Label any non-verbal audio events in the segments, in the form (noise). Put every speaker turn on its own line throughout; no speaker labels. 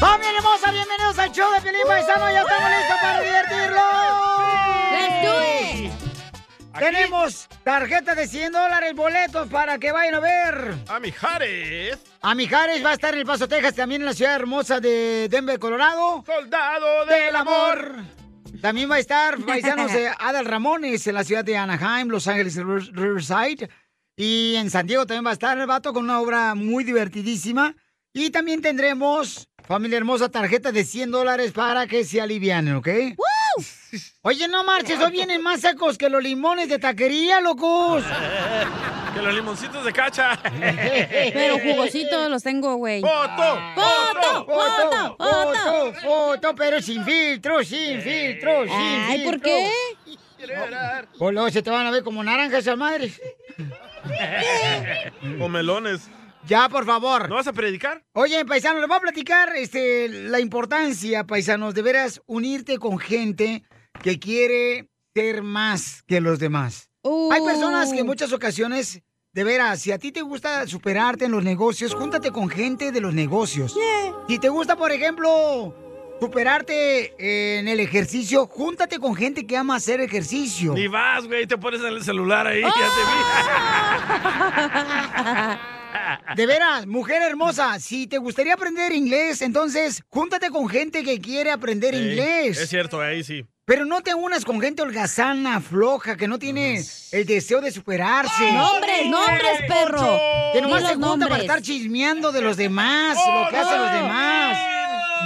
¡Familia hermosa! Bienvenidos al show de Piolín Paisano. Ya estamos listos para divertirlo. ¡Let's Tenemos tarjeta de 100 dólares, boletos para que vayan a ver.
A Mijares.
A Mijares va a estar en El Paso, Texas, también en la ciudad hermosa de Denver, Colorado.
Soldado
del amor. También va a estar
(laughs)
paisanos de Adal Ramones en la ciudad de Anaheim, Los Ángeles River- Riverside. Y en San Diego también va a estar el vato con una obra muy divertidísima. Y también tendremos, familia hermosa, tarjeta de 100 dólares para que se alivianen, ¿ok? (laughs) Oye, no marches, hoy vienen más secos que los limones de taquería, locos.
(laughs) Que los limoncitos de
(laughs)
cacha.
(laughs) Pero jugositos los tengo, güey.
¡Foto!
¡Foto! ¡Foto!
Foto, foto, foto, pero sin filtro, sin filtro, sin
Ay, ¿por
filtro.
qué?
O Pues luego se te van a ver como naranjas esas madres.
(laughs) O melones.
Ya, por favor.
¿No vas a predicar?
Oye, paisano, les voy a platicar este, la importancia, paisanos, de veras unirte con gente que quiere ser más que los demás. Hay personas que en muchas ocasiones, de veras, si a ti te gusta superarte en los negocios, júntate con gente de los negocios. Si te gusta, por ejemplo, superarte en el ejercicio, júntate con gente que ama hacer ejercicio.
Ni vas, güey, te pones en el celular ahí,
(laughs) De veras, mujer hermosa, si te gustaría aprender inglés, entonces júntate con gente que quiere aprender
ya te vi.
inglés.
Es cierto, ahí sí.
Pero no te unas con gente holgazana, floja, que no tiene el deseo de superarse.
Nombres, nombres, perro.
Que nomás
Di
se
los
junta para
nombres.
estar chismeando de los demás, lo que hacen los demás.
¡Oh,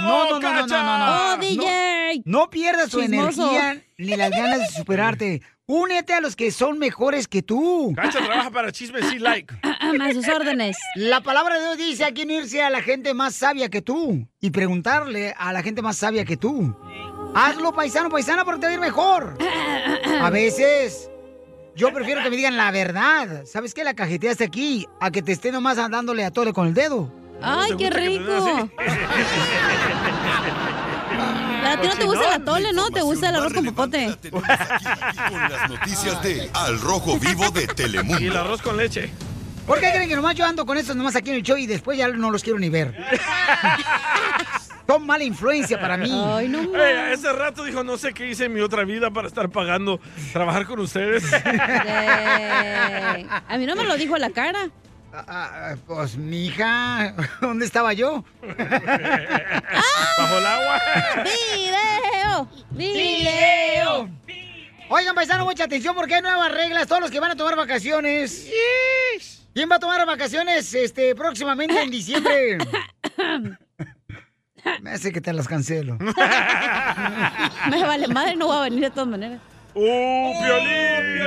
No, no, no, no, no, no, no.
¡Oh, DJ!
No, no pierdas tu
Chismoso.
energía ni las ganas de
(laughs)
superarte. Únete a los que son mejores que tú.
Cacha trabaja para chisme, sí, like.
A sus órdenes.
La palabra de Dios dice a quién irse a la gente más sabia que tú y preguntarle a la gente más sabia que tú. Hazlo paisano, paisana, porque te va a ir mejor. A veces yo prefiero que me digan la verdad. ¿Sabes qué? La cajeteaste aquí a que te esté nomás dándole a tole con el dedo.
¡Ay, qué rico! (laughs)
Ah,
A ti no te gusta la tole, ¿no? Te gusta el arroz con popote.
Noticias de Al Rojo Vivo de
Y el
Telemundo.
arroz con leche.
¿Por qué creen que nomás yo ando con estos nomás aquí en el show y después ya no los quiero ni ver? Son mala influencia para mí.
Ay, no
Ey,
mames.
ese rato dijo, no sé qué hice en mi otra vida para estar pagando, trabajar con
(laughs)
ustedes.
A mí no me lo dijo a la cara.
Ah, ah, pues, mija, (laughs) ¿dónde estaba yo?
(laughs) Bajo el agua.
¡Video! ¡Video!
Oigan, paisano, mucha atención porque hay nuevas reglas. Todos los que van a tomar vacaciones. ¿Quién va a tomar vacaciones este, próximamente
(coughs)
en diciembre? Me hace que te las
(laughs)
cancelo.
Me vale madre, no voy a venir de todas maneras.
¡Uh, violín!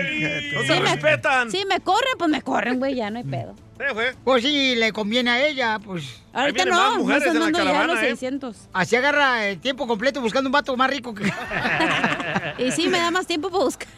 ¡No
Sí,
se
me-
respetan!
Si me corren, pues me corren, güey, ya no hay pedo.
Eh, güey.
Pues sí, le conviene a ella, pues.
Ahorita
vienen más
no, no
mujeres
están
en la
dando ya
caravana,
los
¿eh?
600.
Así agarra el tiempo completo buscando un vato más rico que.
(laughs) Y sí,
(laughs)
me da más tiempo para buscar.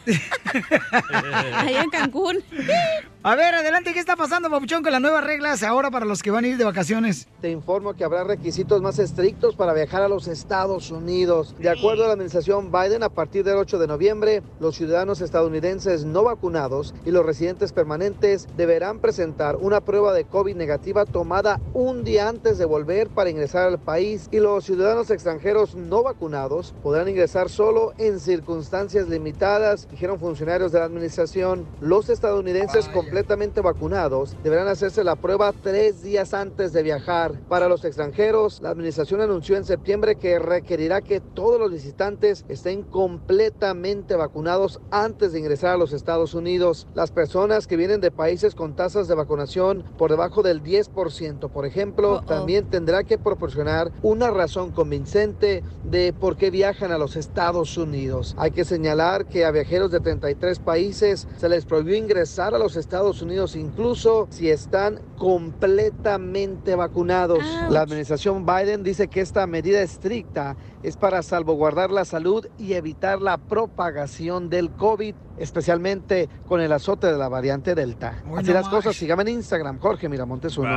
Allá en Cancún.
(laughs) A ver, adelante, ¿qué está pasando, Papuchón, con las nuevas reglas ahora para los que van a ir de vacaciones?
Te informo que habrá requisitos más estrictos para viajar a los Estados Unidos. De acuerdo a la administración Biden, a partir del 8 de noviembre, los ciudadanos estadounidenses no vacunados y los residentes permanentes deberán presentar una prueba de COVID negativa tomada un día antes de volver para ingresar al país y los ciudadanos extranjeros no vacunados podrán ingresar solo en circunstancias limitadas, dijeron funcionarios de la administración. Los estadounidenses
Vaya.
completan completamente vacunados deberán hacerse la prueba tres días antes de viajar. Para los extranjeros, la administración anunció en septiembre que requerirá que todos los visitantes estén completamente vacunados antes de ingresar a los Estados Unidos. Las personas que vienen de países con tasas de vacunación por debajo del 10%, por ejemplo, también tendrá que proporcionar una razón convincente de por qué viajan a los Estados Unidos. Hay que señalar que a viajeros de 33 países se les prohibió ingresar a los Estados Unidos incluso si están completamente vacunados. La administración Biden dice que esta medida estricta es para salvaguardar la salud y evitar la propagación del COVID, especialmente con el azote de la variante Delta.
Hoy
Así
no
las
más.
cosas, síganme en Instagram, Jorge Miramontes uno.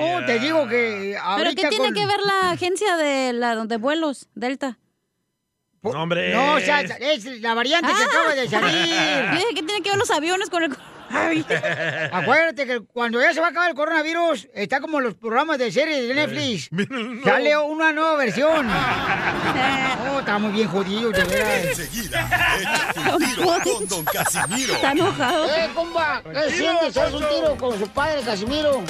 Oh, te digo que
¿Pero qué
ahorita
tiene
con-
que ver la agencia de, la, de vuelos, Delta?
No, hombre.
No, o
Eh.
sea, es la variante
Ah.
que acaba
(laughs)
de
Yo
salir.
dije que tiene que ver los aviones con el...
Acuérdate que cuando ya se va a acabar el coronavirus, está como los programas de series
Eh,
de
(laughs)
Netflix. Sale una nueva versión. Oh, estamos bien jodidos, de veras.
Enseguida, échate un tiro con Don Casimiro.
¡Eh, comba! ¿Qué sientes? ¿Haz un tiro con su padre, Casimiro?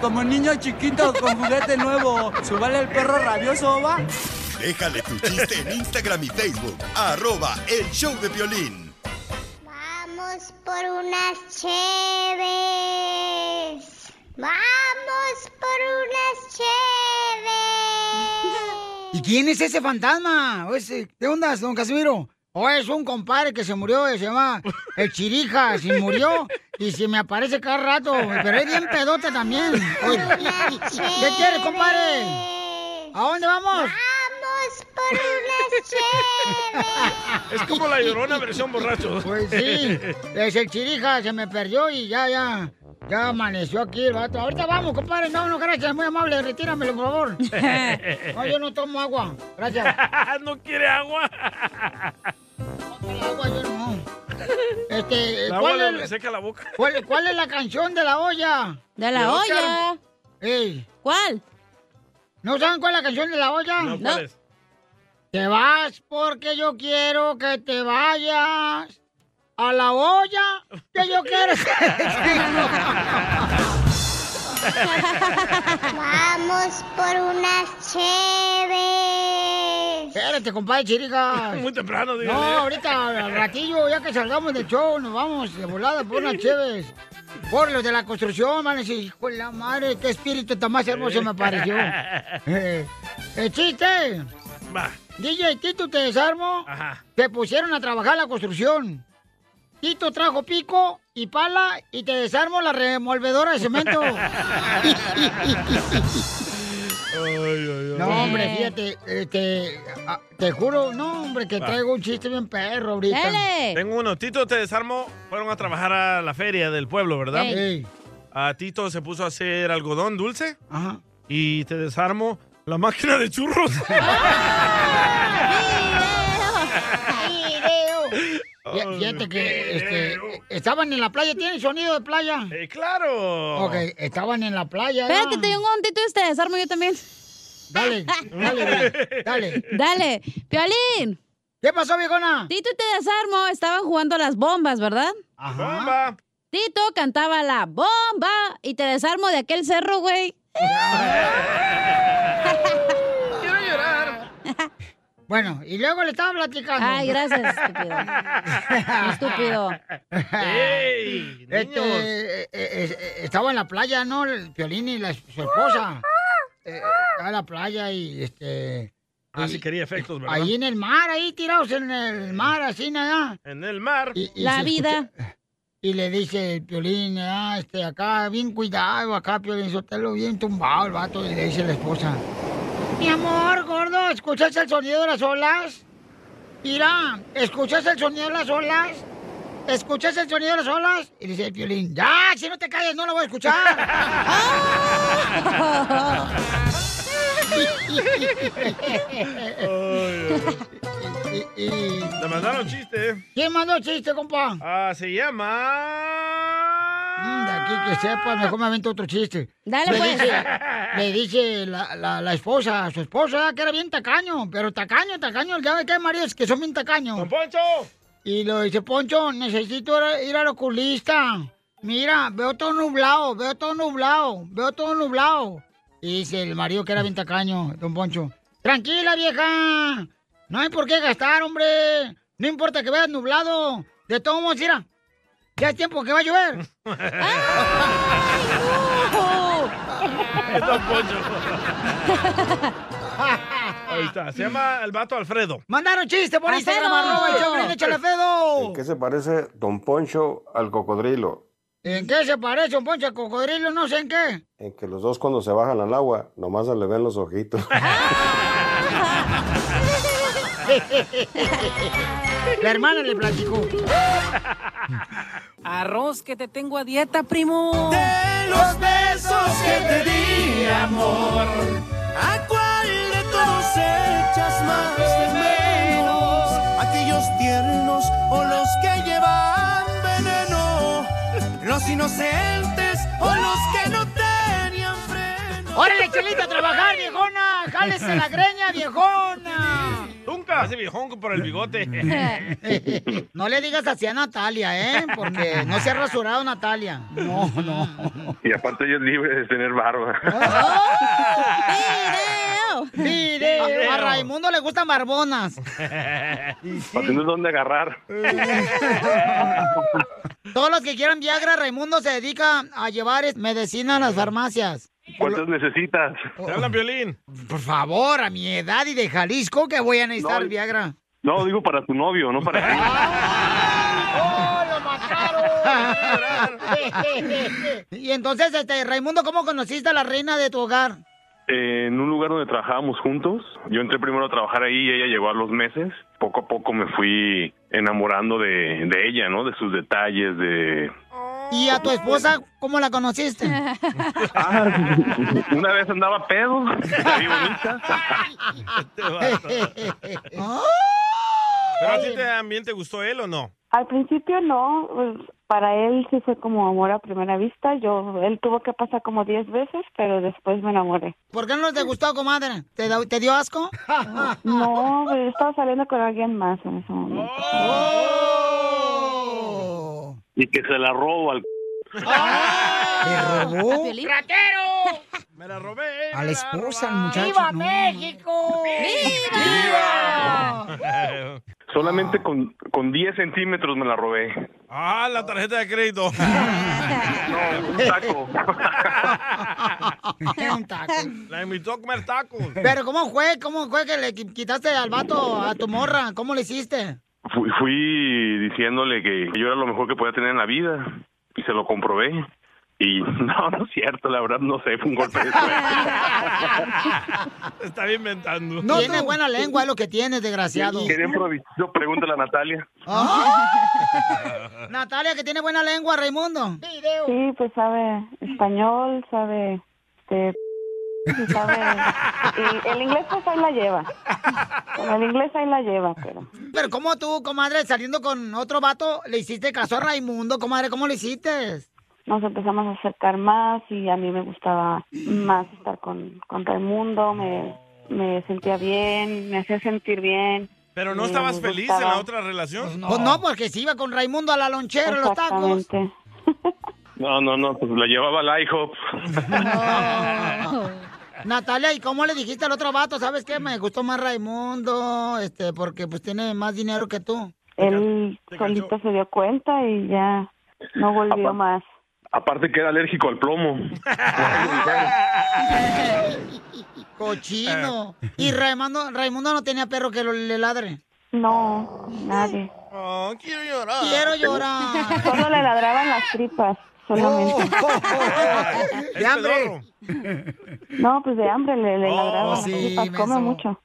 Como niño chiquito con juguete nuevo, subale el perro rabioso, va.
Déjale tu chiste en Instagram y Facebook. Arroba El Show de Violín.
Vamos por unas cheves. Vamos por unas cheves.
¿Y quién es ese fantasma? ¿O ese- ¿Qué onda, don Casimiro? O es un compadre que se murió, eh, se llama el Chirija, se murió y se me aparece cada rato, pero es bien pedota también. Oye, ¿Qué quieres, compadre? ¿A dónde vamos?
Vamos por unas
Es
cheves.
como la llorona versión borracho.
Pues sí, es el Chirija, se me perdió y ya, ya, ya amaneció aquí el vato. Ahorita vamos, compadre, no, no, gracias, muy amable, retíramelo, por favor. No, yo no tomo agua, gracias.
¿No (laughs) quiere agua?
Agua yo no. Este,
El agua
¿cuál
le
es,
seca la boca.
cuál- cuál es la canción de la olla?
De la olla.
Ey,
¿Cuál?
¿No saben cuál es la canción de la olla?
No, ¿cuál es?
Te vas porque yo quiero que te vayas a la olla que yo quiero.
Vamos por
(laughs)
unas cheves.
Espérate, compadre Chirica.
Muy temprano,
No,
dígale.
ahorita al ratillo, ya que salgamos del show, nos vamos de volada por unas chéves. Por los de la construcción, van a decir, hijo de la madre, qué espíritu tan más hermoso me
(laughs)
apareció. Eh, el chiste,
Va.
DJ Tito te desarmo,
Ajá.
te pusieron a trabajar la construcción. Tito trajo pico y pala y te desarmo la revolvedora de
(laughs)
cemento. No, hombre, fíjate, este, a- te juro, no, hombre, que
Va.
traigo un chiste bien perro ahorita.
Dale.
Tengo uno. Tito te desarmo. Fueron a trabajar a la feria del pueblo, ¿verdad?
Ey.
Ey,
A Tito se puso a hacer algodón dulce
ajá.
y te desarmo la máquina de churros.
Ya,
Oh,
Fíjate que este, estaban en la playa, ¿tienen sonido de playa?
Eh, claro.
Ok, estaban en la playa. ¿eh?
Espérate, tengo un tito este desarmo yo también.
Dale,
(laughs)
dale, dale, dale.
Dale. Piolín,
¿Qué pasó, viejona?
Tito y te desarmo estaban jugando a las bombas, ¿verdad?
Ajá.
Bomba.
Tito cantaba la bomba y te desarmo de aquel cerro, güey.
Quiero llorar.
Bueno, y luego le estaba platicando.
Ay, gracias,
(laughs)
estúpido. Estúpido.
¡Ey!
Este,
Niños.
eh, eh, eh, estaba en la playa, ¿no? El Piolín y la, su esposa. Eh, estaba en la playa y (laughs) este.
Ah, sí quería efectos, ¿verdad?
Ahí en el mar, ahí tirados en el mar, así nada.
En el mar.
Y- y
La
se
vida.
Y le dice el Piolín, ah, este, acá, bien cuidado, acá, Piolín, sotelo bien tumbado el vato, y le dice la esposa. Mi amor, gordo, ¿escuchas el sonido de las olas? Mira, ¿escuchas el sonido de las olas? ¿Escuchas el sonido de las olas? Y le dice el Piolín, ya, si no te calles, no lo voy a
(laughs)
escuchar. (laughs) y, y-
Te mandaron chiste, ¿eh?
¿Quién mandó el chiste, compa?
Ah, se
Mm, de
llama.
aquí que sepa, mejor me avento otro chiste.
Dale,
le
pues. (laughs)
dice, le dice la, la- la esposa a su esposa que era bien tacaño, pero tacaño, tacaño, ya ve que hay maridos que son bien tacaños.
¡Don Poncho!
Y lo dice, Poncho, necesito ir a- ir al oculista. Mira, veo todo nublado, veo todo nublado, veo todo nublado. Y dice el marido que era bien tacaño, don Poncho. Tranquila, vieja. No hay por qué gastar, hombre. No importa que veas nublado. De todos modos, mira. Ya es tiempo que va a llover.
Don Poncho. (laughs) Ahí está. Se llama el vato Alfredo.
Mandaron chiste por Instagram, arroba el show de Piolín, échale Alfredo.
¿En qué se parece Don Poncho al cocodrilo?
¿En qué se parece un poncho al cocodrilo? No sé en (laughs) qué.
En que los dos cuando se bajan al agua, nomás se le ven los ojitos.
La hermana le platicó.
Arroz que te tengo a dieta, primo.
De los besos que te di, amor. ¿A cuál de todos echas más de menos? ¿Aquellos tiernos o los que llevan veneno? ¿Los inocentes o los que no tenían freno?
¡Órale, Chelita, a trabajar, viejona! ¡Jálese la greña,
(laughs)
viejona!
Nunca ese viejón por el
(laughs)
bigote. (laughs)
No le digas así a Natalia, ¿eh? Porque no se ha rasurado Natalia. No, no.
(laughs) Y aparte yo libre de tener barba.
Video. A Raimundo le gustan barbonas.
Para tener dónde agarrar.
(laughs)
Todos los que quieran Viagra, Raimundo se dedica a llevar es- medicina a las farmacias. Oh.
¿Cuántos necesitas?
Te hablan violín.
Por favor, a mi edad y de Jalisco, que voy a necesitar
(laughs)
Viagra.
No, digo para tu novio, no para ti.
¡Oh, lo mataron! y entonces, este, Raimundo, ¿cómo conociste a la reina de tu hogar?
Eh, en un lugar donde trabajábamos juntos. Yo entré primero a trabajar ahí y ella llegó a los meses. Poco a poco me fui enamorando de, de ella, ¿no? De sus detalles, de...
¿Y a tu esposa cómo la conociste?
(laughs) Una vez andaba pedo, la vi bonita.
(laughs)
¿Pero a ti también te gustó él o no?
Al principio no, pues, para él sí fue como amor a primera vista. Yo, él tuvo que pasar como 10 veces, pero después me enamoré.
¿Por qué no te gustó, comadre? ¿Te, da- te dio asco?
No, pues, yo estaba saliendo con alguien más en ese momento.
Oh.
Y que se la roba al...
robó? ¡Ratero!
Me la robé.
A la esposa, al muchacho. (laughs)
¡Viva
México!
¡Viva!
Solamente con, con 10 centímetros me la robé.
Ah, la tarjeta de crédito.
No, un taco.
La invitó a comer tacos.
(laughs) Pero ¿cómo fue? ¿Cómo fue que le qui- quitaste al vato a tu morra? ¿Cómo le hiciste?
Fui, fui diciéndole que yo era lo mejor que podía tener en la vida y se lo comprobé. Y (laughs) no, no es cierto, la verdad no sé, fue un golpe de suerte.
Te Estaba inventando.
No tiene buena lengua, es lo que tienes, desgraciado.
Quería improvisar, pregúntale a Natalia.
Ah. (laughs) Natalia, que tiene buena lengua, Raimundo.
Sí, pues sabe español, sabe... Este, y sabe y el inglés pues ahí la lleva. Con el inglés ahí la lleva, pero...
Pero ¿cómo tú, comadre, saliendo con otro vato, le hiciste caso a Raimundo, comadre? ¿Cómo le hiciste?
nos empezamos a acercar más y a mí me gustaba más estar con, con Raimundo, me, me sentía bien, me hacía sentir bien.
Pero no
Me
estabas feliz en la
gustaba.
otra relación.
Pues no, porque si iba con Raimundo a la lonchera, a los tacos.
No, no, no, pues la llevaba al IHOP.
(laughs) Natalia, ¿y cómo le dijiste al otro vato? ¿Sabes qué? Me gustó más Raimundo, este, porque pues tiene más dinero que tú.
Él solito se dio cuenta y ya no volvió más.
Aparte que era alérgico al plomo.
(laughs) Cochino. ¿Y Raimundo, Raimundo no tenía perro que lo- le ladre?
No, nadie.
Oh, quiero llorar.
Quiero llorar. Oh,
Solo le ladraban
(laughs)
las tripas, solamente.
(laughs) Este
De hambre.
No, pues de hambre le, le
Oh,
ladraban las
sí,
tripas, come
menso.
mucho.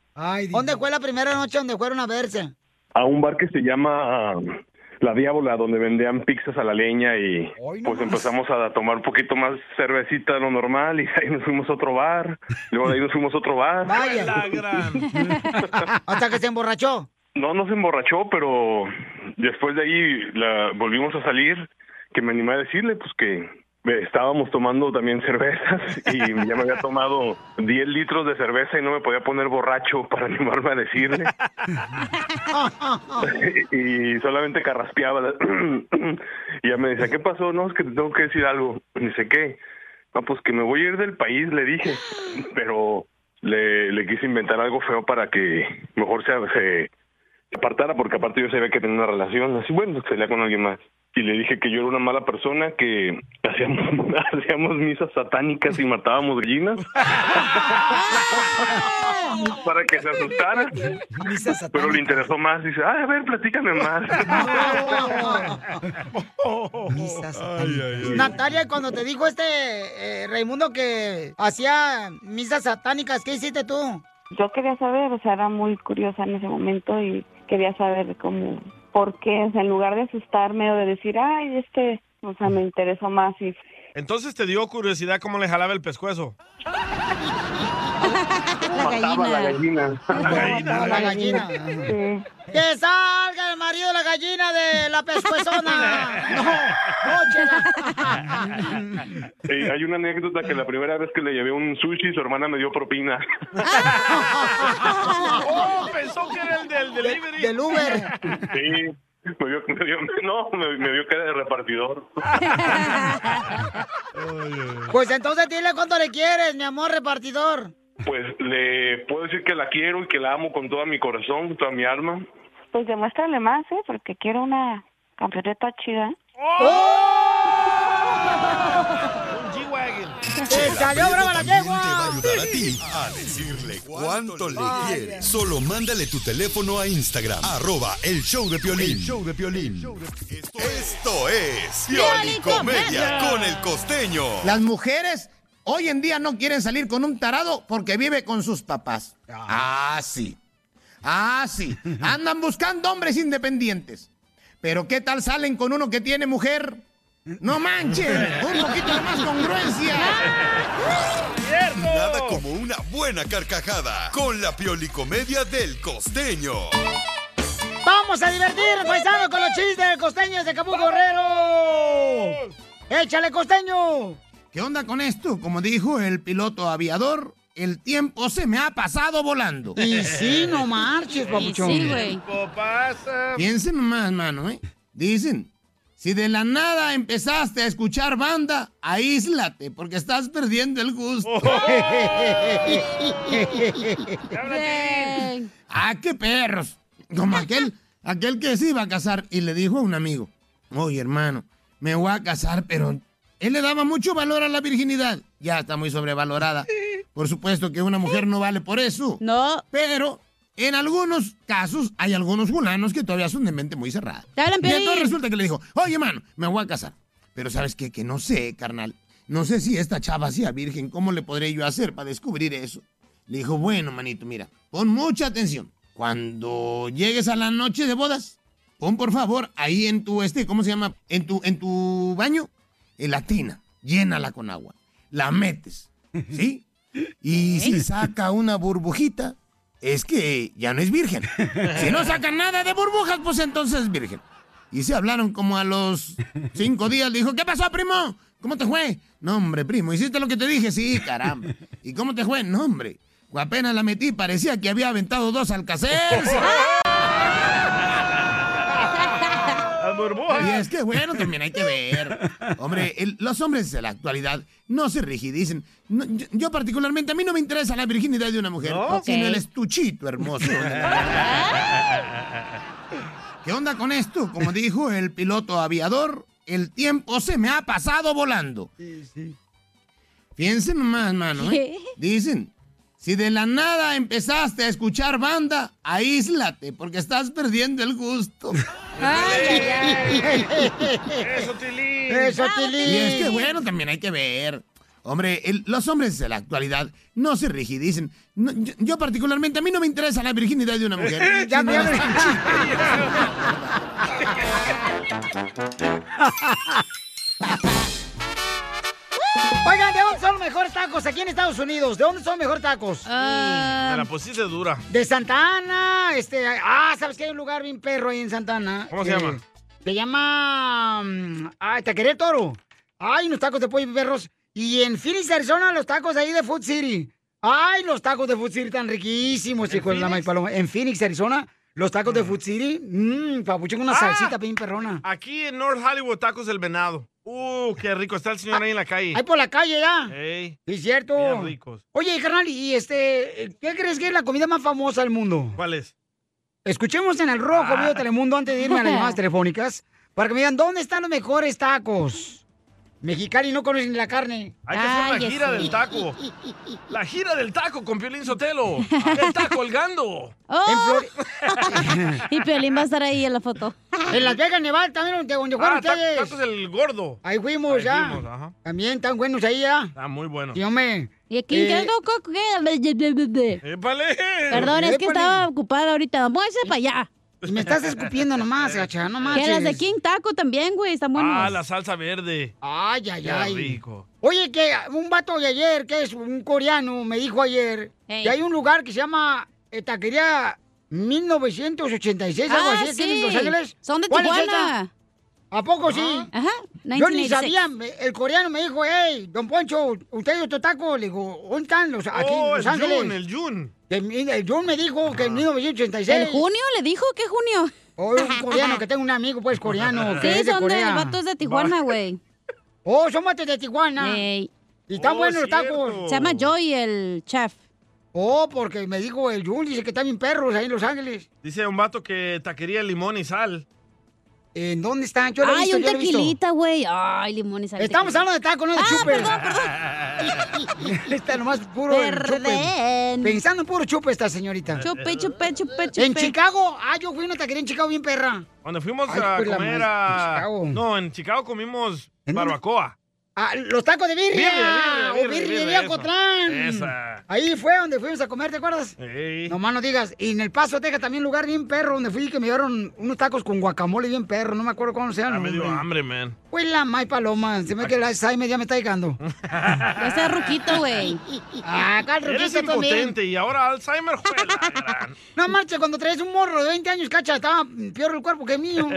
¿Dónde fue la primera noche donde fueron a verse?
A un bar que se llama um, La Diábola, donde vendían pizzas a la leña y pues empezamos a tomar un poquito más cervecita de lo normal y (laughs) de ahí nos fuimos a otro bar. Luego de ahí nos fuimos a otro bar.
Vaya. Hasta que se emborrachó.
No, no se emborrachó, pero después de ahí la volvimos a salir, que me animé a decirle pues que me- estábamos tomando también cervezas (laughs) y ya me había tomado 10 litros de cerveza y no me podía poner borracho para (laughs) animarme a decirle. (laughs) y solamente carraspeaba. (clears throat) la- y ya me decía, ¿qué pasó? No, es que te tengo que decir algo. Y dice, ¿qué? No, pues que me voy a ir del país, le dije. Pero le, le quise inventar algo feo para que mejor se, se apartara, porque aparte yo sabía que tenía una relación. Así, bueno, que salía con alguien más. Y le dije que yo era una mala persona, que (laughs) hacíamos, hacíamos misas satánicas y matábamos gallinas. para que se asustara. Pero le interesó más. Dice, "Ay, a ver, platícame más.
Natalia, cuando te dijo este eh, Raimundo que hacía misas satánicas, ¿qué hiciste tú?
Yo quería saber, o sea, era muy curiosa en ese momento y quería saber cómo, por qué, o sea, en lugar de asustarme o de decir, ay, este, o sea, me interesó más y
Entonces te dio curiosidad cómo le jalaba el pescuezo.
Mataba la gallina.
La gallina.
A la gallina. ¡Que salga el marido de la gallina de la pescuezona! ¡No! ¡No, chela!
Eh, hay una anécdota que la primera vez que le llevé un sushi, su hermana me dio propina.
¡Oh! Pensó que era el del delivery.
Del Uber.
Sí, me vio, me vio- no, me, me vio que era de repartidor.
Pues entonces dile cuánto le quieres, mi amor repartidor.
Pues le puedo decir que la quiero y que la amo con todo mi corazón, con toda mi alma.
pues demuéstrale más, ¿eh? Porque quiero una camioneta chida.
Oh.
Oh.
¡Se salió brava la yegua!
Te va a ayudar a ti a decirle cuánto le quieres. Solo mándale tu teléfono a Instagram. Arroba el show de Piolín. show de Piolín. Esto es Pioli Comedia con el costeño.
Las mujeres hoy en día no quieren salir con un tarado porque vive con sus papás. Ah, sí. Ah,
(laughs)
sí. Andan buscando hombres independientes. Pero ¿qué tal salen con uno que tiene mujer? No manchen,
(laughs)
un poquito de más
¡Ah!
congruencia.
Nada como una buena carcajada con la Pioli Comedia del costeño.
¡Vamos a divertir, paisanos, con los chistes del costeño de Acapulco Guerrero! ¡Échale, costeño!
¿Qué onda con esto? Como dijo el piloto aviador, el tiempo se me ha pasado volando.
Y sí, no marches, papuchón.
Tiempo pasa.
Piensen más, mano, ¿eh? Dicen, si de la nada empezaste a escuchar banda, aíslate, porque estás perdiendo el gusto. (laughs) ¡Ah, qué perros! Como
(laughs)
aquel, aquel que se iba a casar y le dijo a un amigo, oye, hermano, me voy a casar, pero él le daba mucho valor a la virginidad. Ya está muy sobrevalorada. Por supuesto que una mujer no vale por eso. No. Pero en algunos casos hay algunos fulanos que todavía son de mente muy cerrada.
hablan,
y entonces
Piolín.
resulta que le dijo, oye, mano, me voy a casar. Pero ¿sabes qué? Que no sé, carnal. No sé si esta chava sea virgen. ¿Cómo le podré yo hacer para descubrir eso? Le dijo, bueno, manito, mira, pon mucha atención. Cuando llegues a la noche de bodas, pon por favor ahí en tu, este, ¿cómo se llama? En tu, en tu baño, en la tina, llénala con agua. La metes, ¿sí? Y si saca una burbujita, es que ya no es virgen. Si no saca nada de burbujas, pues entonces es virgen. Y se hablaron como a los cinco días. Le dijo, ¿qué pasó, primo? ¿Cómo te fue? No, hombre, primo, ¿hiciste lo que te dije? Sí, caramba. ¿Y cómo te fue? No, hombre. Apenas la metí, parecía que había aventado
(laughs)
dos ¡Ah! alcaceres.
Ah.
Y es que bueno, también hay que ver. Hombre, el- los hombres de la actualidad no se rigidicen. No, yo, yo particularmente, a mí no me interesa la virginidad de una mujer,
¿No?
sino
Ok.
el estuchito hermoso. ¿Qué onda con esto? Como dijo el piloto aviador, el tiempo se me ha pasado volando. Piensen más, mano. ¿eh? Dicen, si de la nada empezaste a escuchar banda, aíslate, porque estás perdiendo el gusto.
Eso, Tilín.
Y es que bueno, también hay que ver. Hombre, el- los hombres de la actualidad no se rigidicen. No, yo, yo particularmente, a mí no me interesa la virginidad de una mujer.
Ya me
sino-
Oigan, ¿de dónde son los mejores tacos aquí en Estados Unidos? ¿De dónde son los mejores tacos?
Me la pusiste dura.
De Santa Ana, este, ah, ¿sabes que hay un lugar bien perro ahí en Santa Ana?
¿Cómo se
Eh,
llama?
Se llama, mm, ah, Taquería El Toro. Ay, los tacos de pollo y perros. Y en Phoenix, Arizona, los tacos ahí de Food City. Ay, los tacos de Food City tan riquísimos, chicos. de la Mike Paloma. En Phoenix, Arizona, los tacos de Food City. Mmm, papucho con una
Ah.
salsita bien perrona.
Aquí en North Hollywood, tacos del venado. Uh, qué rico está el señor ahí en la calle.
Ahí por la calle ya.
Ey,
pues, Sí, es cierto.
bien ricos.
Oh. Oye, carnal, ¿y este qué crees que es la comida más famosa del mundo?
¿Cuál es? Ah.
Escuchemos en el rojo vivo de Telemundo antes de irme a las llamadas telefónicas para que me digan dónde están los mejores tacos. Mexicali no conocen la carne.
Hay que hacer la gira del taco. La gira del taco con Piolín
(laughs)
Sotelo. Está colgando.
Oh.
(laughs)
y Piolín va a estar ahí en la foto.
En Las Vegas, Nevada, también donde, donde
Ah,
fueron
ta-
ustedes.
tacos del gordo.
Ahí fuimos
Ahí
ya.
fuimos, ajá.
También están buenos ahí ya.
Está muy bueno.
Sí, hombre.
Y aquí
Eh,
tengo coco-
¡Épale!
Perdón, es que estaba ocupada ahorita. Muévese para allá.
Y me estás escupiendo nomás, gacha, no
Que las de
manches.
King Taco también, güey, están buenos.
Ah, la salsa verde.
Ay, ay,
Qué
ay.
rico.
Oye, que un vato de ayer, que es un coreano, me dijo ayer que hay un lugar que se llama eh, Taquería 1986, algo
Ah,
así, aquí en
sí.
Los Ángeles.
Son de
¿Cuál es
Tijuana.
esa? ¿A poco sí?
Ajá,
Yo ni
1986.
sabía, me- el coreano me dijo, hey, don Poncho, usted y otro taco, le digo, ¿dónde están los aquí en
Oh,
Los
el
Ángeles?
Jun, el Jun.
Que mi- el Jun me dijo que en 1986.
¿El junio le dijo? ¿Qué junio?
Oh,
(laughs)
un coreano, que tengo un amigo, pues, coreano, que
Sí,
es de
son de
Corea.
vatos de Tijuana, güey.
(laughs) Oh, son vatos de Tijuana. Y están
Oh,
buenos los
cierto.
tacos.
Se llama
Joy el chef. Oh, porque me dijo el Jun, dice que están bien perros ahí en Los Ángeles.
Dice un vato que taquería limón y sal.
¿En dónde están? Yo lo he
Ay,
visto,
un
yo lo he visto.
tequilita, güey. Ay, limones. al
Estamos
tequila.
hablando de tacos, no de
Ah,
chupes.
perdón,
(laughs)
Ah.
Está nomás puro chupe.
Perdón.
Pensando en puro chupe esta señorita.
Chupe, chupe, chupe, chupe.
En Chicago. Ah, yo fui a una taquería en Chicago bien perra.
Cuando fuimos
Ay,
a
pues, la
comer
madre,
a...
en Chicago.
No, en Chicago comimos barbacoa.
Ah, los tacos de birria.
Birria, birria, birria,
o birria,
birria,
de
eso.
Ocotlán.
Esa.
Ahí fue donde fuimos a comer, ¿te acuerdas? Nomás no digas. Y en El Paso, Texas, también lugar bien perro donde fui que me dieron unos tacos con guacamole bien perro. No me acuerdo cómo se
Ah,
llama.
me dio hambre, man.
Fue la May Paloma. Se me que la Alzheimer ya me está
(laughs)
llegando. Ya
está ruquito, güey.
Ah, acá el
Eres
ruquito también.
impotente y ahora Alzheimer juega.
No marches, cuando traes un morro de 20 años, cacha, estaba peor el cuerpo que mío.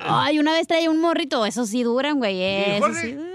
Ay, una vez traía un morrito. Esos sí duran, güey. Esos sí duran.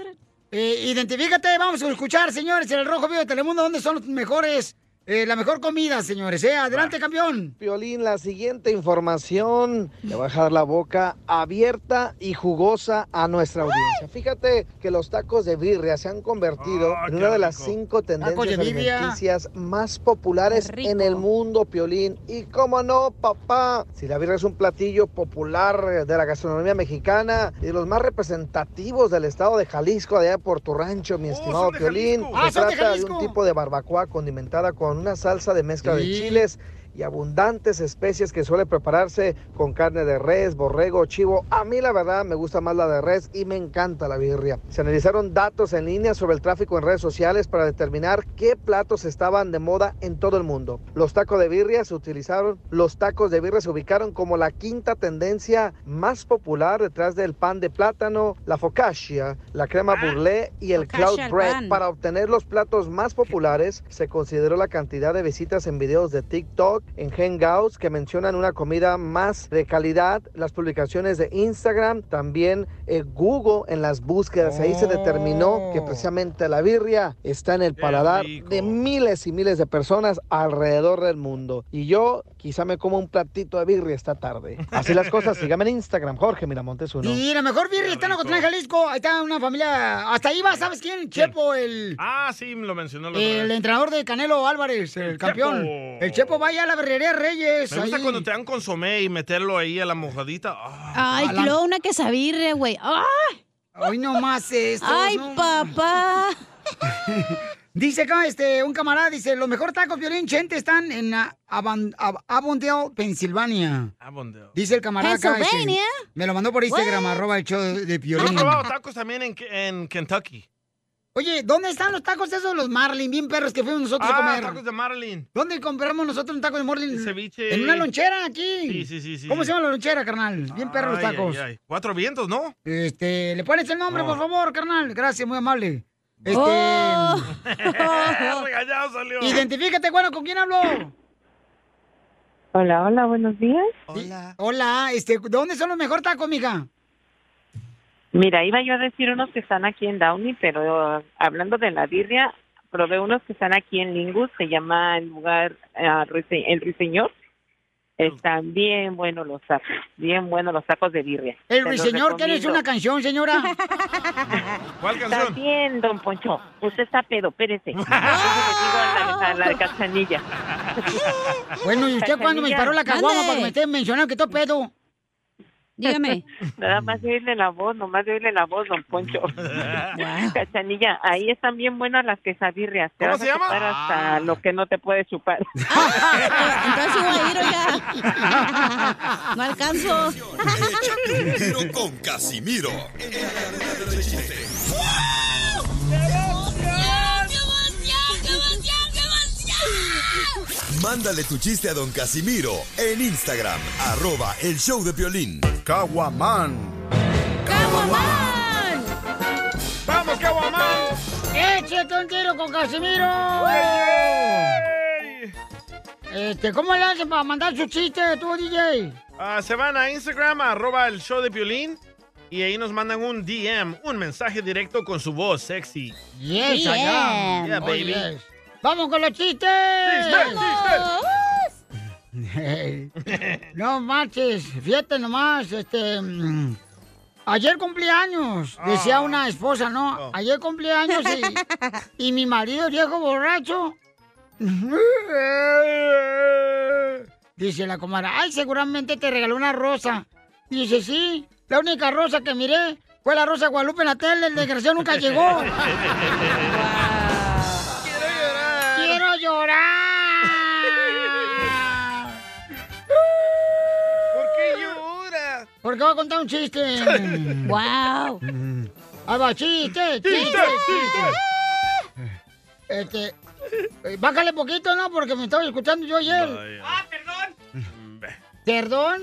Eh, identifícate, vamos a escuchar, señores, en el Rojo Vivo de Telemundo, ¿dónde son los mejores, eh, la mejor comida, señores? eh? Adelante, campeón.
Piolín, la siguiente información le va a dejar la boca abierta y jugosa a nuestra audiencia. Fíjate que los tacos de birria se han convertido
Ah,
en una de las cinco
Tacos de
tendencias
birria.
alimenticias más populares en el mundo, Piolín. Y cómo no, papá, si la birria es un platillo popular de la gastronomía mexicana y de los más representativos del estado de Jalisco, allá por tu rancho, mi estimado
Oh, son de
Piolín,
Jalisco.
se
Ah, son de
trata de un
Jalisco.
tipo de barbacoa condimentada con una salsa de mezcla de
Sí.
chile chiles y abundantes especies que suele prepararse con carne de res, borrego, chivo. A mí la verdad me gusta más la de res y me encanta la birria. Se analizaron datos en línea sobre el tráfico en redes sociales para determinar qué platos estaban de moda en todo el mundo. Los tacos de birria se utilizaron, los tacos de birria se ubicaron como la quinta tendencia más popular detrás del pan de plátano, la focaccia, la crema burlé y el
Ah, focaccia
cloud
al
bread.
pan.
Para para obtener los platos más populares, se consideró la cantidad de visitas en videos de TikTok, en Hangouts, que mencionan una comida más de calidad, las publicaciones de Instagram, también eh, Google en las búsquedas. Ahí se determinó que precisamente la birria está en el paladar de miles y miles de personas alrededor del mundo. Y yo quizá me como un platito de birria esta tarde. Así las cosas, síganme en Instagram, Jorge Miramontes uno.
Y la mejor birria está en Ocotlán, Jalisco. Ahí está una familia. Hasta ahí va, ¿sabes quién? Chepo, el,
Ah, sí, lo mencionó la otra
el
vez.
entrenador de Canelo Álvarez, el, campeón.
Chepo.
El Chepo vaya a la berrería Reyes.
Me gusta
ahí.
cuando te dan consomé y meterlo ahí a la mojadita. Ah,
Ay,
a la-
luego una quesabirre, güey. ¡Ay!
Hoy nomás esto.
Ay,
papá. (laughs) dice acá este, un camarada, dice, los mejores tacos violín chente están en ah, Avan- Av- Avondale, Pensilvania.
Avondale.
Dice el camarada acá, este,
Pennsylvania.
me lo mandó por Instagram,
What?
arroba el show de, de
Yo he
Piolín.
probado tacos también en, en Kentucky.
Oye, ¿dónde están los tacos esos, los Marlin, bien perros que fuimos nosotros a
Ah,
comer?
tacos de Marlin.
¿Dónde compramos nosotros un taco de Marlin?
ceviche.
En una lonchera aquí.
Sí, sí, sí, sí,
¿Cómo
sí.
se llama la lonchera, carnal? Bien perros los
Ay, ay,
tacos.
ay. Cuatro vientos, ¿no?
Este, le pones el nombre,
No.
por favor, carnal. Gracias, muy amable. Este. (laughs)
Oh. (laughs) Regañado salió.
Identifícate, bueno, ¿con quién hablo?
Hola, hola, buenos días.
Hola, este, ¿de dónde son los mejores tacos, mija?
Mira, iba yo a decir unos que están aquí en Downey, pero uh, hablando de la birria, probé unos que están aquí en Lingus, se llama el lugar eh, Ruise- El Ruiseñor. Están bien buenos los tacos, bien buenos los tacos de birria.
El ruiseñor, que es una canción, señora?
¿Cuál
canción? Está bien, don Poncho. Usted está pedo, espérese. Yo le digo a la, a la de Cachanilla.
Bueno, ¿y usted cuando me paró la caguama para que me esté mencionando que todo pedo?
Dígame. Nada más de oírle la voz, nomás de oírle la voz, don Poncho. (laughs) Cachanilla, ahí están bien buenas las quesadillas. Te
¿Cómo
vas
se
a
llama? Ah.
chupar hasta lo que no te puede chupar.
Entonces voy a ir,
(laughs)
oiga. No alcanzo.
Échate un tiro con Casimiro. Mándale tu chiste a don Casimiro en Instagram, arroba el show de violín. Caguaman.
¡Vamos, Caguamán! ¡Échate un tiro con Casimiro! Este, ¿cómo le hacen para mandar su chiste tú, DJ?
Ah, se van a Instagram, arroba el show de Piolín, y ahí nos mandan un DM, un mensaje directo con su voz sexy.
Yes, I am.
Yeah,
Oh,
baby.
yes. ¡Vamos con los chistes! Hey. (laughs) No marches, fíjate nomás, este... mm, Ayer cumpleaños, decía una esposa, ¿no? Ayer cumpleaños y, y mi marido viejo borracho. Dice la comadre, ay, seguramente te regaló una rosa. Dice, sí, la única rosa que miré fue la rosa de Guadalupe en la tele, el desgraciado nunca llegó. ¡Quiero llorar! ¿Por qué llora? Porque voy a contar un
(laughs)
chiste. ¡Wow! Ahí va, chiste, chiste, chiste. Este, eh, bájale poquito, ¿no? Porque me estaba escuchando yo y él.
Ah, perdón.
¿Perdón?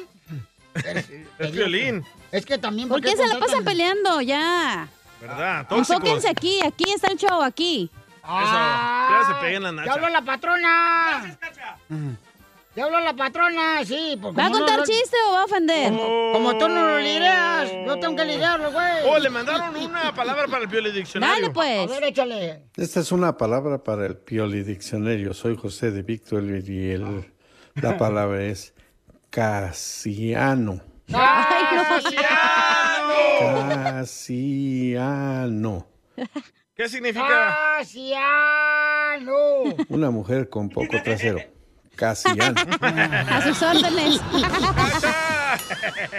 Es violín,
Es que también...
¿Por qué se la pasan peleando? Ya. Ah,
¿verdad? Tóxicos.
Enfóquense aquí, aquí está el show, aquí.
Ya se pegan la
Ah, ¡Ya habló
nacha.
la patrona! ¡Ya habló la patrona! Sí, porque...
¿Va a
como no
contar
lo-
chiste o va a ofender?
Como tú no lo lideras, yo tengo que liderarlo, güey. pues.
Oh, le mandaron una palabra para el Piolín Diccionario.
A ver, échale.
Esta es una palabra para el Pioli Diccionario. Soy José de Víctor y el- la palabra es casiano. Casiano.
¿Qué significa?
¡Casiano!
Una mujer con poco trasero. Casiano.
A sus órdenes.
(laughs)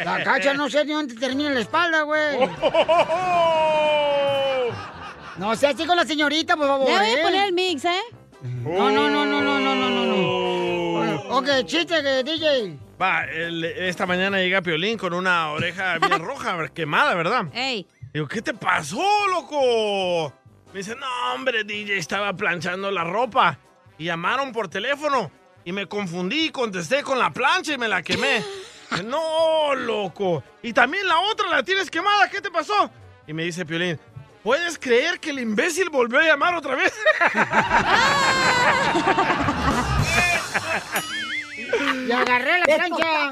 La cacha no sé ni dónde termina la espalda, güey. No seas así con la señorita, por favor.
Ya voy a
¿eh?
poner el mix, ¿eh?
No, no, no, no, no, no, no, no, no. Ok, chiste, que DJ.
Va, el- esta mañana llega Piolín con una oreja bien roja, quemada, ¿verdad?
Ey.
Digo, ¿qué te pasó, loco? Me dice, no, hombre, DJ, estaba planchando la ropa. Y llamaron por teléfono. Y me confundí y contesté con la plancha y me la quemé. Dice, no, loco. Y también la otra la tienes quemada, ¿qué te pasó? Y me dice Piolín, ¿puedes creer que el imbécil volvió a llamar otra vez?
Y agarré la plancha.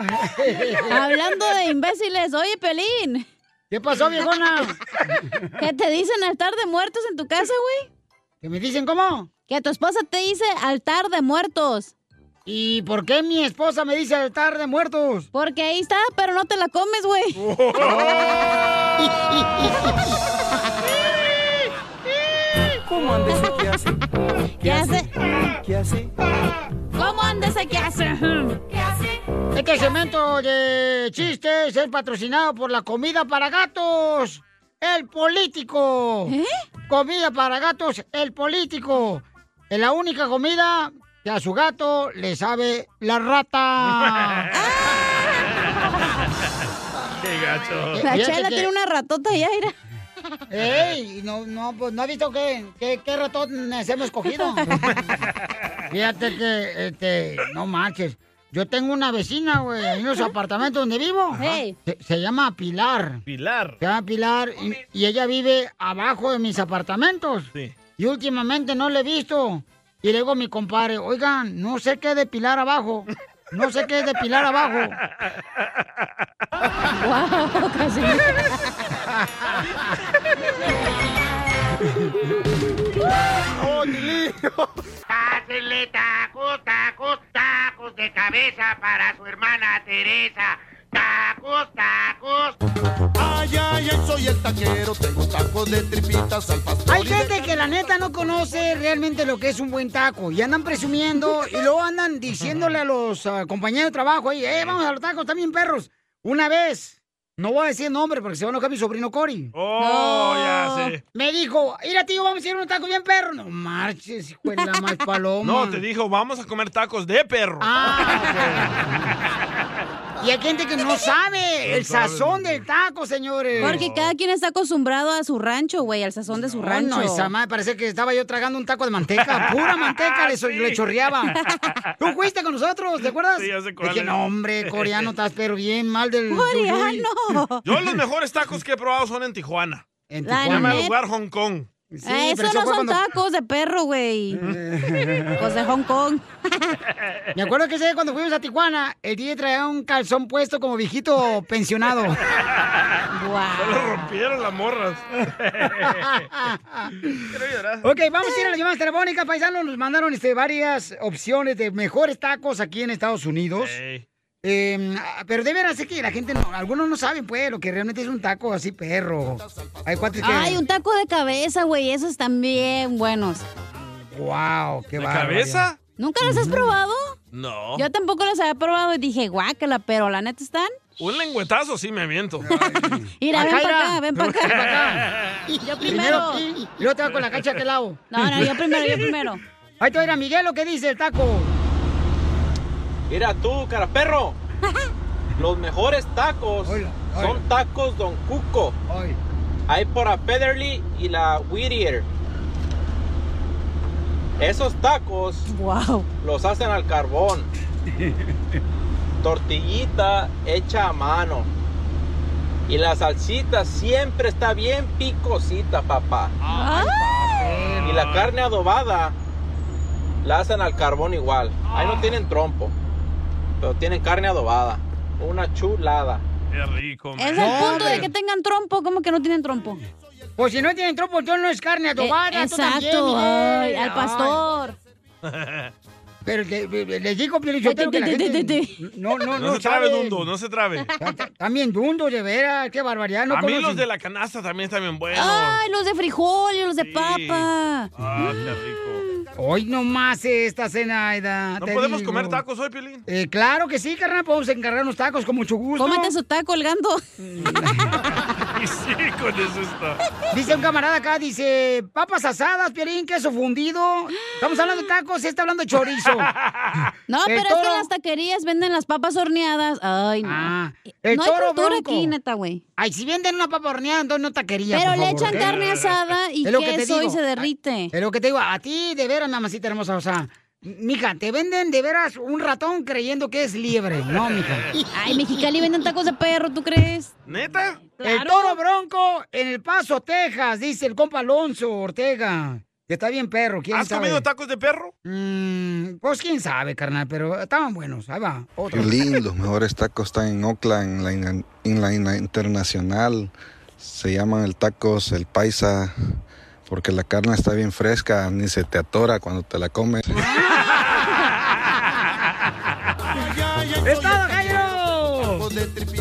(laughs) Hablando de imbéciles, oye, Pelín.
¿Qué pasó, viejona?
(laughs) ¿Qué te dicen altar de muertos en tu casa, güey?
¿Que me dicen cómo?
Que tu esposa te dice altar de muertos.
¿Y por qué mi esposa me dice altar de muertos?
Porque ahí está, pero no te la comes, güey.
(laughs)
(laughs)
¿Cómo andes y qué hace?
¿Qué hace?
¿Qué hace?
¿Cómo andas aquí? ¿Qué hace? ¿Qué hace?
Este segmento de chistes es patrocinado por la comida para gatos, el político.
¿Eh?
Comida para gatos, el político. Es la única comida que a su gato le sabe
(laughs)
la rata.
Ah,
Qué
Eh,
gacho.
La chela tiene (laughs) una ratota ya, mira.
¡Ey! No, no, pues no ha visto qué, qué, qué ratón nos
(laughs)
hemos cogido. Fíjate que, este, no manches. Yo tengo una vecina, güey, en los apartamentos donde vivo. Se, se llama Pilar.
Pilar.
Se llama Pilar y, y ella vive abajo de mis apartamentos. Y últimamente no la he visto. Y le digo a mi compadre, oigan, no sé qué de Pilar abajo. No sé qué es depilar abajo.
(laughs) Wow, casi.
(laughs) ¡Oh, Tilino!
Hacenle tacos, tacos, tacos de cabeza para su hermana Teresa. Tacos, tacos. Ay, ay, ay, soy el taquero, tengo tacos de tripitas al pastor.
Hay gente que la neta no conoce realmente lo que es un buen taco y andan presumiendo y luego andan diciéndole a los ah, compañeros de trabajo, "Ey, eh, vamos a los tacos, también perros. Una vez, no voy a decir nombre porque se va a enojar mi sobrino Cory.
Oh, ya sé.
Me dijo, mira tío, vamos a ir a un taco bien perro. No marches, hijo de la mal paloma.
No, te dijo, vamos a comer tacos de perro.
Y hay gente que no sabe el sazón del taco, señores.
Porque cada quien está acostumbrado a su rancho, güey, al sazón de su
No,
rancho.
no, esa madre, parece que estaba yo tragando un taco
(laughs)
de manteca, pura manteca, le, so- le chorreaba. Tú fuiste con nosotros, ¿te acuerdas?
Sí, ya sé cuál
Dije,
es.
(laughs)
no,
(laughs)
hombre, coreano, estás pero bien mal del...
¡Coreano!
Yo los mejores tacos que he probado son en Tijuana.
En
La
Tijuana.
neta.
lugar Hong Kong.
Ah, eso no son
(laughs)
tacos de perro,
(laughs)
güey. Los de Hong Kong.
Me acuerdo que ese día cuando fuimos a Tijuana, el DJ traía un calzón puesto como viejito pensionado.
(laughs)
Solo rompieron las morras.
Ok, vamos a ir a las llamadas telefónicas, paisanos. Nos mandaron este, varias opciones de mejores tacos aquí en Estados Unidos. Eh, ah, pero de veras es que la gente, no, algunos no saben, pues, lo que realmente es un taco así, perro. Hay cuatro que...
Ay, un taco de cabeza, güey. Esos también buenos.
¡Wow! ¡Qué
¿De
bárbaro.
cabeza?
¿Nunca
Mm.
los has probado?
No.
Yo tampoco los había probado y dije, guácala, pero la neta están.
Un lengüetazo sí me miento.
Mira, ven
Acá,
para
mira.
acá, ven para acá. Yo primero.
aquí, y luego te va con la cancha a aquel lado.
No, no, yo primero, yo primero.
Ahí te va a ir a Miguel lo que dice el taco.
Mira tú, cara perro. Los mejores tacos son tacos Don Cuco. Hay por a Pederly y la Whittier. Esos tacos los hacen al carbón. Tortillita hecha a mano. Y la salsita siempre está bien picosita, papá.
Ah,
Y la carne adobada la hacen al carbón igual. Ahí
Ah.
no tienen trompo, pero tienen carne adobada. Una chulada.
Qué rico,
Es el punto de que tengan trompo, ¿cómo que no tienen trompo? Eh,
Pues si no tienen trompo, entonces no es carne adobada, tú
exacto,
también, Ah.
ay,
Miguel. Ay.
al pastor.
(laughs) Pero te- te- les digo, Pio Lichotero, que la
Ay, te- te-
gente...
te-
No, no,
No
no
se trabe,
saben.
Dundo, no se trabe.
También dundos, de veras, qué barbaridad. No
a mí los
conocen.
de la canasta también están bien buenos.
Ay, los de frijol y los de papa.
Ah, qué rico.
Hoy nomás esta cena, Aida.
¿No
te
podemos
digo.
comer tacos hoy, Piolín?
Eh, claro que sí, carnal, podemos encargarnos tacos con mucho gusto.
Cómete su taco colgando.
Y sí, con eso está.
Dice un camarada acá, dice, papas asadas, Pierín, queso fundido. Estamos hablando de tacos, se está hablando de chorizo.
(laughs)
No,
El
pero es que
toro. Ah,
en las taquerías venden las papas horneadas. Ay, no.
el
no hay
toro
cultura
bronco.
aquí, neta, güey.
Ay, si venden una papa horneada, entonces no taquería.
Pero
por
le
favor,
echan
¿ok?
carne asada y
Es lo que te
queso y
digo.
se derrite.
Es lo que te digo, a ti de veras, mamacita hermosa, o sea, mija, te venden de veras un ratón creyendo que es liebre, ¿no, mija?
(laughs) Ay, Mexicali venden tacos de perro, ¿tú crees?
¿Neta?
El toro bronco en El Paso, Texas, dice el compa Alonso Ortega. Que está bien perro, ¿quién
¿Has
sabe?
comido tacos de perro?
Mm, pues quién sabe, carnal, pero estaban buenos. Ahí va, otro.
Piolín, los mejores tacos están en Oakland, en la, in- en la in- internacional. Se llaman el tacos el paisa, porque la carne está bien fresca, ni se te atora cuando te la comes.
¡Estado, Jairo!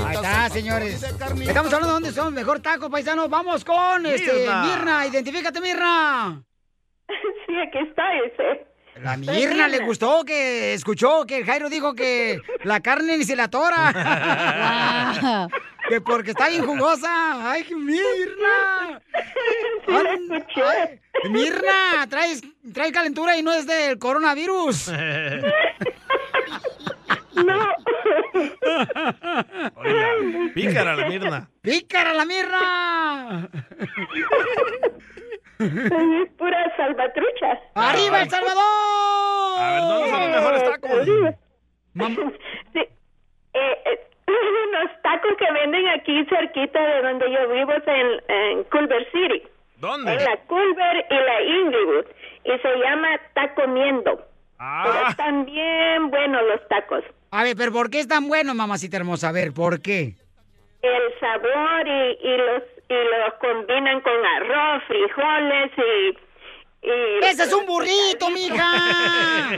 Ahí está, señores. Estamos hablando de dónde son mejor tacos, paisanos. Vamos con este,
Mirna.
Mirna. Identifícate, Mirna.
(laughs) Sí, aquí está ese.
La Mirna le gustó que escuchó que el Jairo dijo que la carne ni se la (laughs) tora. que porque está bien jugosa. ¡Ay, qué Mirna! Ay, Mirna, traes, traes calentura y no es del
(laughs)
coronavirus.
Oiga, pícara la Mirna.
¡Pícara la
(laughs)
mirra!
Es pura salvatrucha.
¡Arriba El Salvador!
A ver, ¿dónde son los mejores tacos?
Sí. Eh, eh, (laughs) unos tacos que venden aquí cerquita de donde yo vivo es en, en Culver City.
¿Dónde?
En la Culver y la Inglewood.
Ah,
Y se llama Tacomiendo. Pero están bien buenos los tacos.
A ver, pero ¿por qué es tan bueno, mamacita hermosa? A ver, ¿por qué?
el sabor y, y los y los combinan con arroz, frijoles y, y-
¡Ese es un burrito, mija!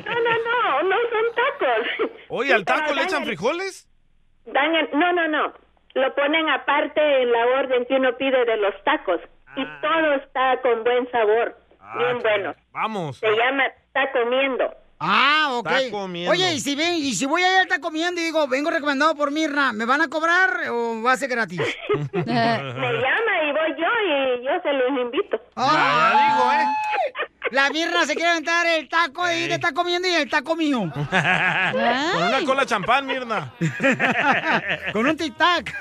No, no, no, no son tacos.
Oye, ¿al taco le echan frijoles?
Dan en- no, no, no. Lo ponen aparte en la orden que uno pide de los tacos y
Ah.
todo está con buen sabor, bien bueno.
Vamos.
Se llama está comiendo.
Ah, ok.
Está comiendo.
Oye, y si ven, y si voy allá está comiendo y digo, vengo recomendado por Mirna, ¿me van a cobrar o va a ser gratis?
(laughs) Me llama y voy yo y yo se los invito.
Ah,
(laughs)
La Mirna se quiere aventar el taco y le está comiendo y el taco mío.
Con una cola champán, Mirna.
Con un tic-tac.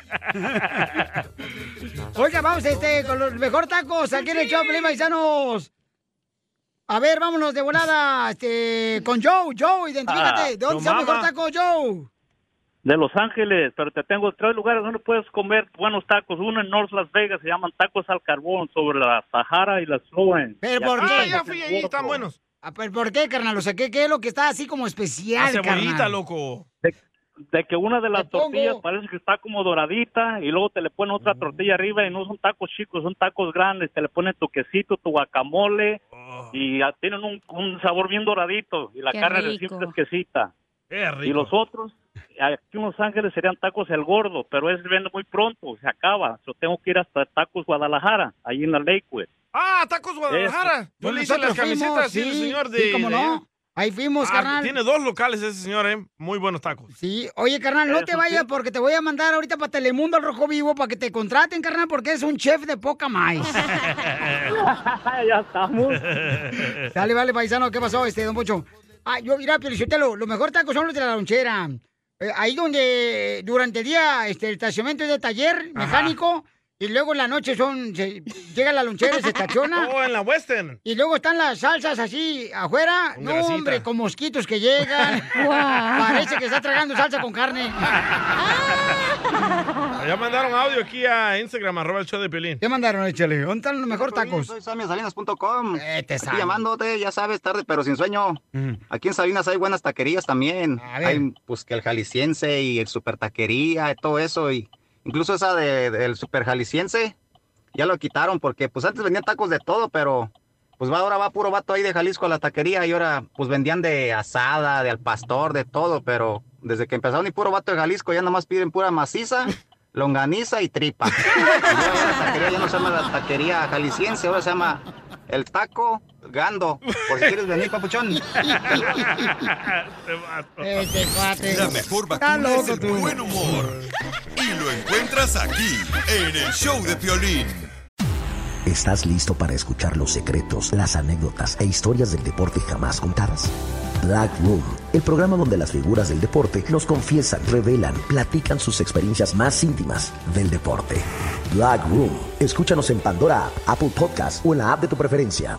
Oiga, vamos este, con los mejor tacos aquí en el show, Pelín Paisanos. A ver, vámonos de volada este, con Joe. Joe,
Ah,
identifícate. ¿De dónde
tu
está el mejor
mamá.
taco, Joe?
de Los Ángeles, pero te tengo tres lugares donde puedes comer buenos tacos. Uno en North Las Vegas se llaman tacos al carbón sobre la Sahara y la Sloan.
¿Pero
Y
por
aquí
qué?
estamos en Gordo.
Ah, ¿pero ¿Por qué, carnal? O sea, ¿qué, qué es lo que está así como especial, carnal?
loco.
De, de que una de las
pongo-
tortillas parece que está como doradita y luego te le ponen otra tortilla arriba y no son tacos chicos, son tacos grandes. Te le ponen tu quesito, tu guacamole
Oh,
y ah, tienen un, un sabor bien doradito y la
Qué
carne
rico.
recién fresquecita.
Qué rico.
Y
(laughs)
los otros, aquí en Los Ángeles serían tacos el gordo, pero es vende muy pronto, se acaba. Yo tengo que ir hasta Tacos Guadalajara, ahí en la Lakewood.
Ah, tacos Guadalajara. Yo le hice las
Este, pues Nosotros fuimos,
camisetas, sí, el
sí,
señor de...
sí, cómo no. Ahí fuimos,
Ah,
carnal.
Tiene dos locales ese señor, ¿eh? Muy buenos tacos.
Sí, Oye, carnal, no te vayas porque te voy a mandar ahorita para Telemundo al Rojo Vivo para que te contraten, carnal, porque es un chef de poca más.
(laughs) ya estamos.
(laughs) Dale, vale, paisano, ¿qué pasó, este, don Pocho? Ah, yo, mira, Piolichotelo, los mejores tacos son los de la lonchera. Eh, ahí donde eh, durante el día este, el estacionamiento es de taller mecánico y luego en la noche son se- llega la lonchera, se
(laughs)
estaciona.
Oh, en la Western.
Y luego están las salsas así afuera.
Con
no,
grasita.
hombre, con mosquitos que llegan.
(laughs)
Parece que está tragando salsa con carne.
Ah.
Ya mandaron audio aquí a Instagram, arroba el show de Pelín.
¿Qué mandaron, échale? ¿Dónde están los mejores tacos?
Soy
Sami.
SamiSalinas.com. Aquí llamándote, ya sabes, tarde pero sin sueño. Aquí en Salinas hay buenas taquerías también.
ver.
Hay pues que el jalisciense y el super taquería y todo eso. Y incluso esa de- del super jalisciense ya lo quitaron porque pues antes vendían tacos de todo, pero pues va, ahora va puro vato ahí de Jalisco a la taquería y ahora pues vendían de asada, de al pastor, de todo, pero desde que empezaron y puro vato de Jalisco ya nomás piden pura maciza, longaniza y tripa. Y ahora la taquería ya no se llama la taquería jalisciense, ahora se llama el taco gando, por si quieres
(laughs)
venir, papuchón.
Este cuate.
La mejor
Está
vacuna es
loco
el
tú.
buen humor. Y lo encuentras aquí, en el show de Piolín.
¿Estás listo para escuchar los secretos, las anécdotas e historias del deporte jamás contadas? Black Room, el programa donde las figuras del deporte nos confiesan, revelan, platican sus experiencias más íntimas del deporte. Black Room, escúchanos en Pandora App, Apple Podcast o en la app de tu preferencia.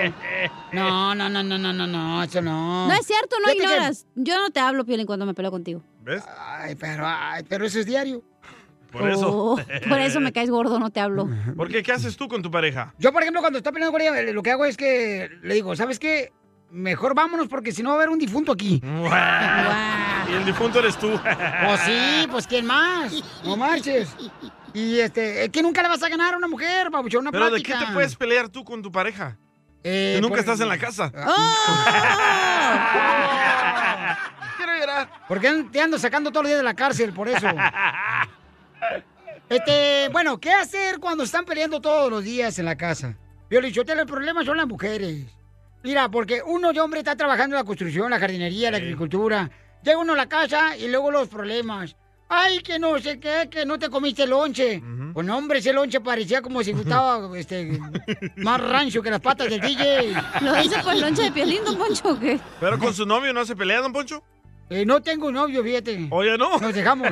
No, no, no, no, no, no, no, eso Ah, no.
No es cierto, no
Fíjate que-
ignoras. Yo no te hablo, Piolín, cuando me peleo contigo.
¿Ves?
Ay, pero, ay, pero eso es diario.
Por eso.
Oh, por eso
(laughs)
me caes gordo, no te hablo.
¿Por qué? ¿Qué haces tú con tu pareja?
Yo, por ejemplo, cuando estoy peleando con ella, eh, lo que hago es que le digo, ¿sabes qué? Mejor vámonos porque si no va a haber un difunto
(laughs)
aquí.
y el difunto eres tú.
(laughs) Pues sí, pues ¿quién más? No marches. Y este, es que nunca le vas a ganar a una mujer, papuchón, una
¿Pero de qué
plática.
te puedes pelear tú con tu pareja?
Eh, ah,
que nunca
por-
estás en la casa. (laughs)
Quiero llorar. Porque te ando sacando todos los días de la cárcel, por eso. Este, bueno, ¿qué hacer cuando están peleando todos los días en la casa? Yo le digo, el problema son las mujeres. Mira, porque uno de hombre está trabajando en la construcción, la jardinería, la agricultura. Llega uno a la casa y luego los problemas. Ay, que no sé qué, que no te comiste el lonche. Pues no, hombre, ese lonche parecía como (laughs) si gustaba este, más rancho que las patas del DJ.
¿Lo dice por el lonche de Piolín, don Poncho, o qué?
¿Pero con su novio no se pelea, don Poncho?
Eh, no tengo novio, fíjate.
Oye, no.
Nos dejamos.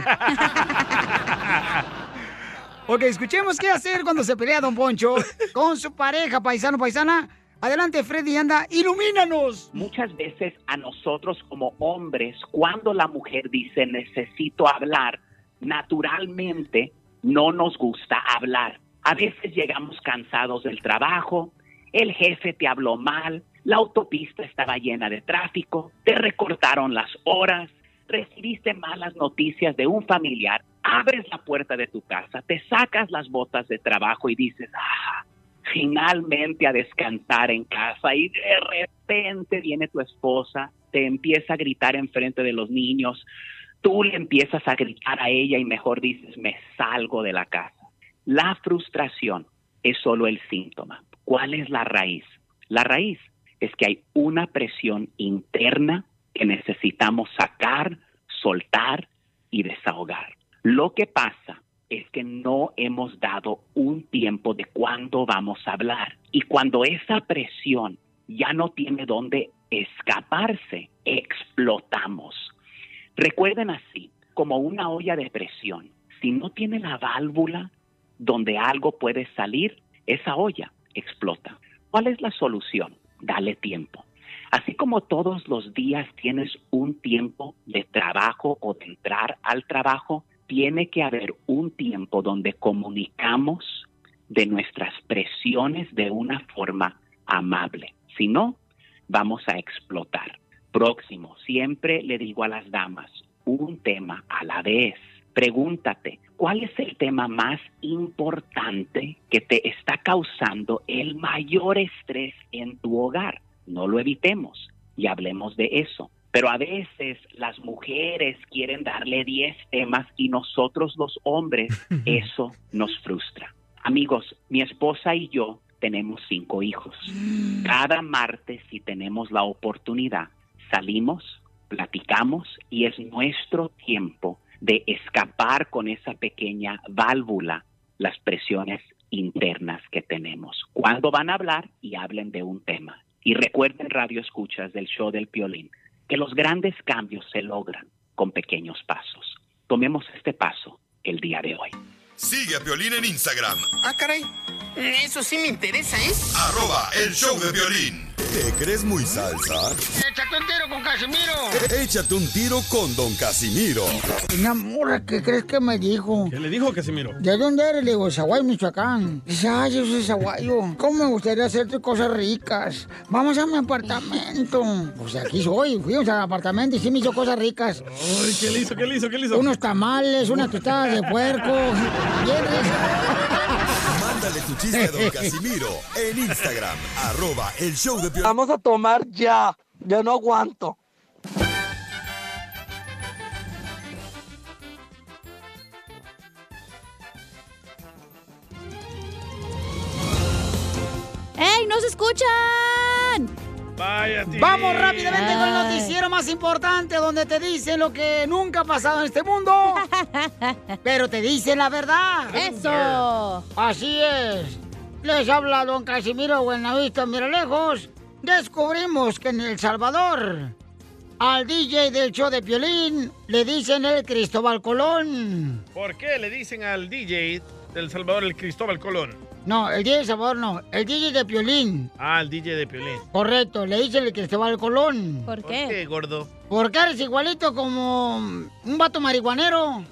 ok, escuchemos qué hacer cuando se pelea Don Poncho con su pareja, paisano, paisana. Adelante, Freddy, anda, ilumínanos.
Muchas veces a nosotros como hombres, cuando la mujer dice necesito hablar, naturalmente no nos gusta hablar. A veces llegamos cansados del trabajo, el jefe te habló mal, la autopista estaba llena de tráfico, te recortaron las horas, recibiste malas noticias de un familiar, abres la puerta de tu casa, te sacas las botas de trabajo y dices, ah, finalmente a descansar en casa y de repente viene tu esposa, te empieza a gritar enfrente de los niños, tú le empiezas a gritar a ella y mejor dices, me salgo de la casa. La frustración es solo el síntoma. ¿Cuál es la raíz? La raíz es que hay una presión interna que necesitamos sacar, soltar y desahogar. Lo que pasa es que no hemos dado un tiempo de cuándo vamos a hablar. Y cuando esa presión ya no tiene dónde escaparse, explotamos. Recuerden así, como una olla de presión. Si no tiene la válvula donde algo puede salir, esa olla explota. ¿Cuál es la solución? Dale tiempo. Así como todos los días tienes un tiempo de trabajo o de entrar al trabajo, tiene que haber un tiempo donde comunicamos de nuestras presiones de una forma amable. Si no, vamos a explotar. Próximo, siempre le digo a las damas, un tema a la vez. Pregúntate, ¿cuál es el tema más importante que te está causando el mayor estrés en tu hogar? No lo evitemos y hablemos de eso. Pero a veces las mujeres quieren darle 10 temas y nosotros los hombres eso nos frustra. Amigos, mi esposa y yo tenemos cinco hijos. Cada martes, si tenemos la oportunidad, salimos, platicamos y es nuestro tiempo de escapar con esa pequeña válvula las presiones internas que tenemos. Cuando van a hablar y hablen de un tema. Y recuerden, radio escuchas del show del Piolín, que los grandes cambios se logran con pequeños pasos. Tomemos este paso el día de hoy.
Sigue a Piolín en Instagram,
Ah, caray. Eso sí me interesa, ¿eh?
arroba el show de violín. ¿Te crees muy salsa?
Échate un tiro con Casimiro.
Échate un tiro con Don Casimiro.
Una morra, ¿qué crees que me dijo?
¿Qué le dijo Casimiro?
¿De dónde eres? Le digo, Zaguay, Michoacán. Dice, ay, yo soy Zaguayo. ¿Cómo me gustaría hacerte cosas ricas? Vamos a mi apartamento. Pues aquí soy. Fuimos al apartamento y sí me hizo cosas ricas.
(laughs) Ay, ¿Qué le hizo? ¿Qué le hizo? ¿Qué le hizo?
Unos tamales, unas tostadas de puerco. Bien
Mándale tu chiste a Don Casimiro en Instagram, arroba el show de Piolín.
Vamos a tomar ya. Yo no
(laughs)
aguanto.
¡Ey, no se escuchan!
Váyate.
Vamos rápidamente con el noticiero más importante donde te dicen lo que nunca ha pasado en este mundo. pero te dicen la verdad.
Eso.
Así es. Les habla don Casimiro Buenavista Miralejos. Descubrimos que en El Salvador al DJ del show de Piolín le dicen el Cristóbal Colón.
¿Por qué le dicen al DJ del Salvador el Cristóbal Colón?
No, el DJ de Salvador no, el DJ de Piolín.
Ah, el DJ de Piolín.
Correcto, le dicen el Cristóbal Colón.
¿Por
¿Por qué, gordo?
Porque eres igualito como un vato marihuanero.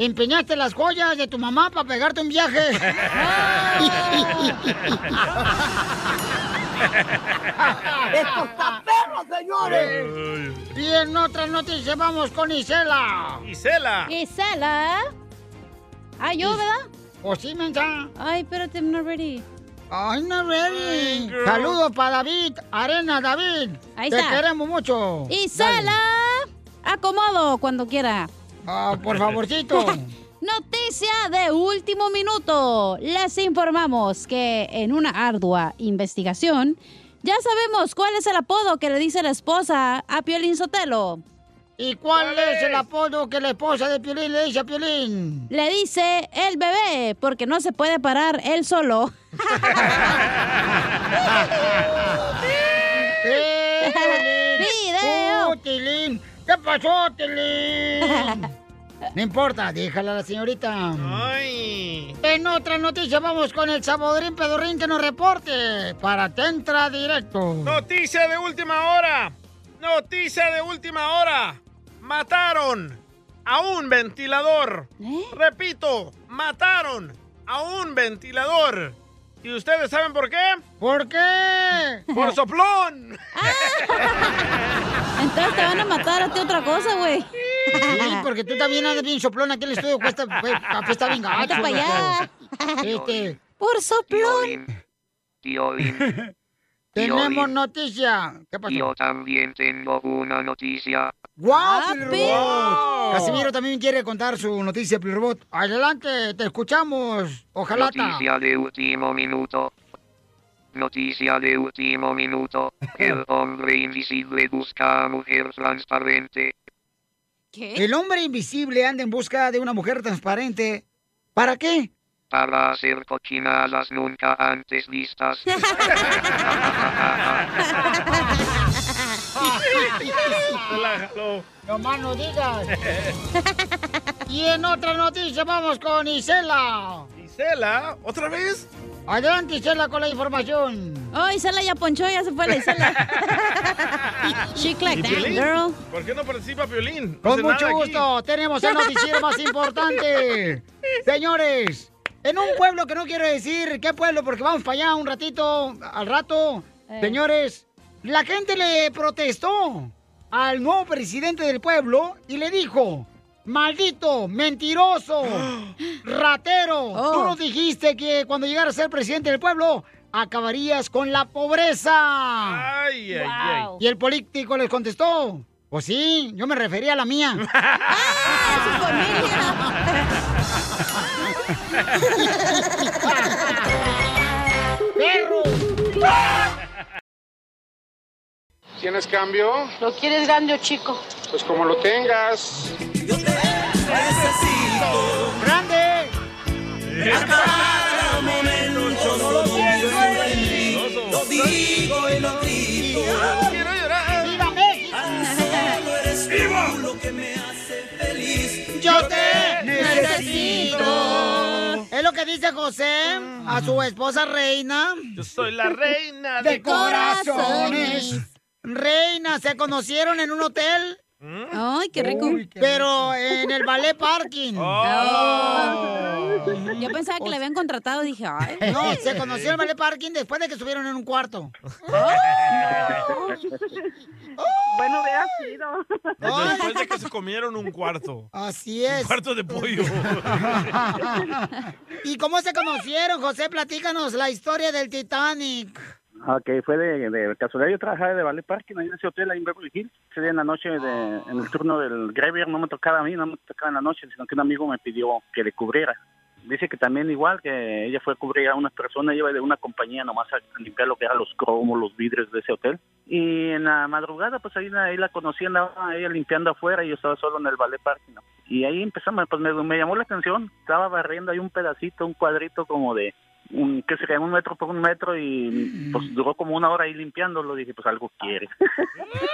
Empeñaste las joyas de tu mamá para pegarte un viaje.
(laughs) ¡Esto está perro, señores!
y en otras noticias vamos con Isela.
Isela.
Isela. Ah, yo, ¿verdad?
Pues sí, mensa.
Ay, espérate, I'm not ready.
I'm not ready. Saludos para David, Arena David.
Ahí
Te
está.
queremos mucho.
Isela. Acomodo cuando quiera.
Ah,
(laughs)
por favorcito.
Noticia de último minuto. Les informamos que en una ardua investigación ya sabemos cuál es el apodo que le dice la esposa a Piolín Sotelo.
¿Y cuál, es? el apodo que la esposa de Piolín le dice a Piolín?
Le dice el bebé porque no se puede parar él
(laughs)
solo.
¡Video! Oh, Tilín! ¿Qué pasó,
(laughs)
Tilín? No importa, déjala a la señorita. En otra noticia vamos con el Sabodorín Pedorrín que nos reporte para Tentra Directo.
Noticia de última hora. Noticia de última hora. Mataron a un ventilador. Repito, mataron a un ventilador. ¿Y ustedes saben por qué?
¿Por qué?
Por soplón.
Entonces te van a matar a ti otra cosa, güey.
Sí, porque tú también andas bien soplón aquí en el estudio, cuesta, pues,
(laughs)
apesta bien gacho.
Vete pa' allá.
loco. Este,
Por soplón.
Tío Bim,
(laughs) tenemos noticia. ¿Qué pasó?
yo también tengo una noticia.
¡Guau,
Ah,
Pilrobot! Casimiro también quiere contar su noticia, Pilrobot. Adelante, te escuchamos. Ojalá.
Noticia de último minuto. Noticia de
(laughs)
último minuto. El hombre invisible busca a mujer transparente.
El hombre invisible anda en busca de una mujer transparente. ¿Para qué?
Para hacer cochinadas nunca antes vistas.
(laughs)
(laughs)
No más no digas. y en otra noticia vamos con Isela.
¿Isela? ¿Otra vez?
Adelante, Isela, con la información.
Oh, Isela ya ponchó, ya se fue la Isela. Chick like
¿Y
that,
Piolín?
girl.
¿Por qué no participa Piolín? No
Con
hace
mucho
nada aquí.
gusto, tenemos el noticiero más
(laughs)
importante. Señores, en un pueblo que no quiero decir qué pueblo, porque vamos para allá un ratito, al rato.
Eh.
Señores, la gente le protestó al nuevo presidente del pueblo y le dijo, maldito, mentiroso, ratero, tú nos dijiste que cuando llegaras a ser presidente del pueblo, acabarías con la pobreza.
Ay, ay, ay. Wow.
Y el político les contestó, pues sí, yo me refería a la mía.
¡Perro! (laughs) ¿Tienes cambio?
¿Lo quieres grande o chico?
Pues como lo tengas.
¡Grande!
Lo digo y lo grito.
¡Quiero llorar!
¡Viva México!
Solo eres tú lo que me hace feliz. Yo te necesito.
Es lo que dice José a su esposa reina.
Mm. Yo soy la reina
de,
de,
corazones. Reina, se conocieron en un hotel.
¿Mm?
Ay, qué rico.
pero en el ballet parking.
Yo pensaba que le habían contratado, dije, ay.
No, se conocieron en el ballet parking después de que estuvieron en un cuarto.
Bueno, hubiera sido.
Después de que se comieron un cuarto.
Así
(laughs)
es.
Un cuarto de pollo.
¿Y cómo se conocieron, José? Platícanos la historia del Titanic.
Ok, fue de, de casualidad. Yo trabajaba de ballet parking ahí en ese hotel, ahí en Beverly Hills. Ese día en la noche, de- en el turno del graveyard, no me tocaba a mí, no me tocaba en la noche, sino que un amigo me pidió que le cubriera. dice que también igual que ella fue a cubrir a unas personas, ella iba de una compañía nomás a limpiar lo que eran los cromos, los vidrios de ese hotel. Y en la madrugada, pues ahí, ahí la conocí, andaba ella limpiando afuera y yo estaba solo en el ballet parking. ¿no? Y ahí empezamos, pues me, me llamó la atención, estaba barriendo ahí un pedacito, un cuadrito como de, un, que sería un metro por un metro y pues duró como una hora ahí limpiándolo, dije, pues algo quiere.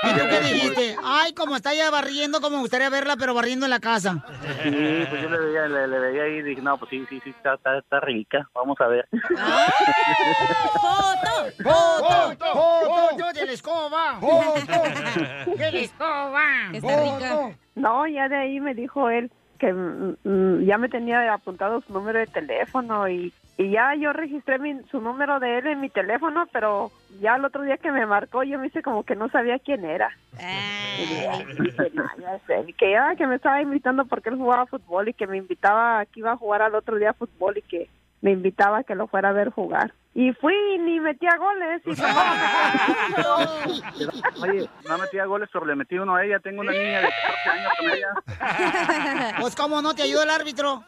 ¿Y tú qué dijiste? Ay, como está ya barriendo, como me gustaría verla, pero barriendo en la casa.
Sí, pues yo le veía, le, le veía ahí y dije, no, pues sí, sí, sí, está, está, está rica, vamos a (laughs) ver. ¡Ah!
¡Foto! ¡Foto! ¡Foto! ¡Yo de la escoba! ¡Foto! ¡De la escoba! ¡Foto!
No, ya de ahí me dijo él que mm, mm, ya me tenía apuntado su número de teléfono y, y ya yo registré mi- su número de él en mi teléfono, pero ya el otro día que me marcó yo me hice como que no sabía quién era.
Eh.
Y dije, "Ay, no, ya sé". Y que ya que me estaba invitando porque él jugaba fútbol y que me invitaba que iba a jugar al otro día fútbol y que me invitaba a que lo fuera a ver jugar. Y fui y ni metía goles. (laughs) Y
Oye, no metía goles, pero le metí uno a ella, tengo una (laughs) niña de 14 años con ella.
Pues cómo no te ayudó el (laughs) árbitro.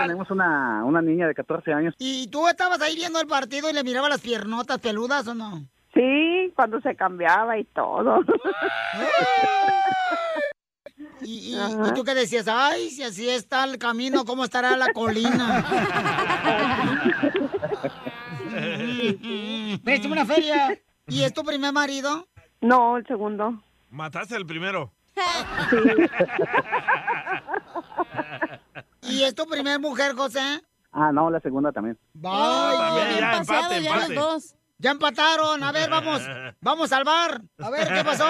Tenemos una, una niña de 14 años.
¿Y tú estabas ahí viendo el partido y le miraba las piernotas peludas o no?
Sí, cuando se cambiaba y todo. (laughs)
¿Y, y tú qué decías? Ay, si así está el camino, ¿cómo estará la (laughs) colina? Préstame una feria. ¿Y es tu primer marido?
No, el segundo.
Mataste al primero.
¿Y es tu primer mujer, José?
Ah, no, la segunda también.
Vaya,
ya, empate, pasado ya empate. las
dos. Ya empataron, a ver, vamos, vamos al bar. A ver, ¿qué pasó?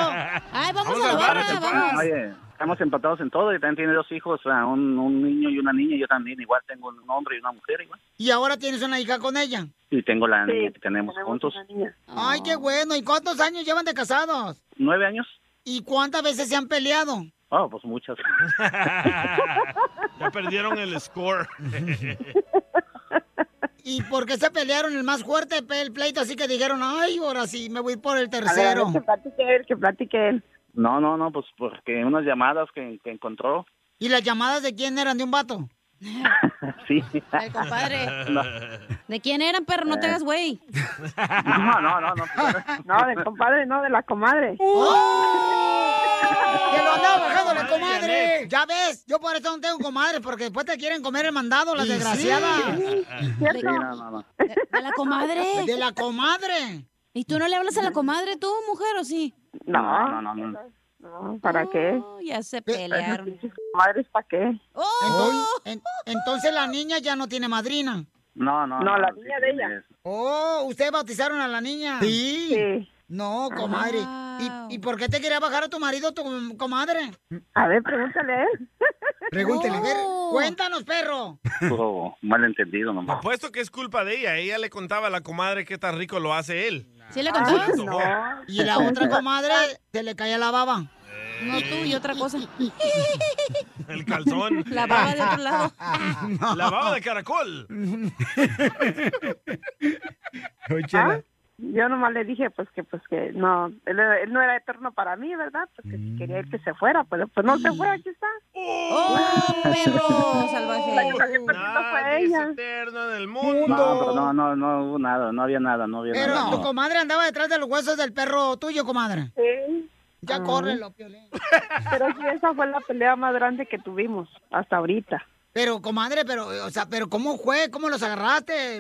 Ay,
Vamos al bar, este, Oye, estamos empatados en todo y también tiene dos hijos, o sea, un, un niño y una niña. Yo también igual tengo un hombre y una mujer igual.
Y ahora tienes una hija con ella.
Y tengo la
Sí,
niña que tenemos, juntos.
Ay, qué bueno. ¿Y cuántos años llevan de casados?
¿Nueve años?
¿Y cuántas veces se han peleado?
Oh, pues muchas.
(laughs) Ya perdieron el
(laughs)
score.
¿Y por qué se pelearon el más fuerte, pe- el pleito? Así que dijeron, ay, ahora sí, me voy por el tercero.
que platique él, que platique él.
No, no, no, pues porque unas llamadas que, que encontró. (laughs)
¿Y las llamadas de quién eran? ¿De un vato?
Sí.
(laughs) Ay, compadre.
No,
¿De quién eran, perro? No te hagas güey.
no, no. no, no.
No, del compadre, no, de la comadre.
Uh. ¡Que lo andaba bajando la comadre! Ya ves, yo por eso no tengo comadre, porque después te quieren comer el mandado, la
Y sí.
desgraciada.
Sí, no, no, no.
¿De la comadre?
De la comadre.
¿Y tú no le hablas a la comadre tú, mujer, o sí?
No,
no, no.
no, ¿para qué?
Oh, ya se pelearon.
Comadres, ¿para qué?
Entonces, en- entonces la niña ya no tiene madrina.
No, no.
No, la
sí,
niña de ella.
Oh, ¿ustedes bautizaron a la niña? Sí. No, comadre. ¿Y, y por qué te quería bajar a tu marido, tu comadre?
A ver, pregúntale a él.
Pregúntele, a ver, cuéntanos, perro.
Puro malentendido nomás.
Puesto que es culpa de ella. Ella le contaba a la comadre qué tan rico lo hace él.
¿Sí le
contó?
contabas?
Y la otra comadre se le caía la baba.
No tú y otra
(laughs)
cosa.
El calzón.
(laughs) La baba de otro lado.
(laughs) La baba de caracol.
¿Ah? Yo nomás le dije, pues que, pues que, no, él, él no era eterno para mí, ¿verdad? Pues que si quería él que se fuera, pues, pues (laughs) no se fue, aquí está.
¡Oh, perro salvaje!
La que salió perdiendo fue ella.
Eterno en el
No, pero no, no, no hubo nada, no había nada, no había
Pero
nada.
tu comadre andaba detrás de los huesos del perro tuyo, comadre.
Sí.
Ya
Ah.
córrelo, Piolín.
(laughs) Pero sí, esa fue la pelea más grande que tuvimos hasta ahorita.
Pero, comadre, pero, o sea, pero ¿cómo fue? ¿Cómo los agarraste?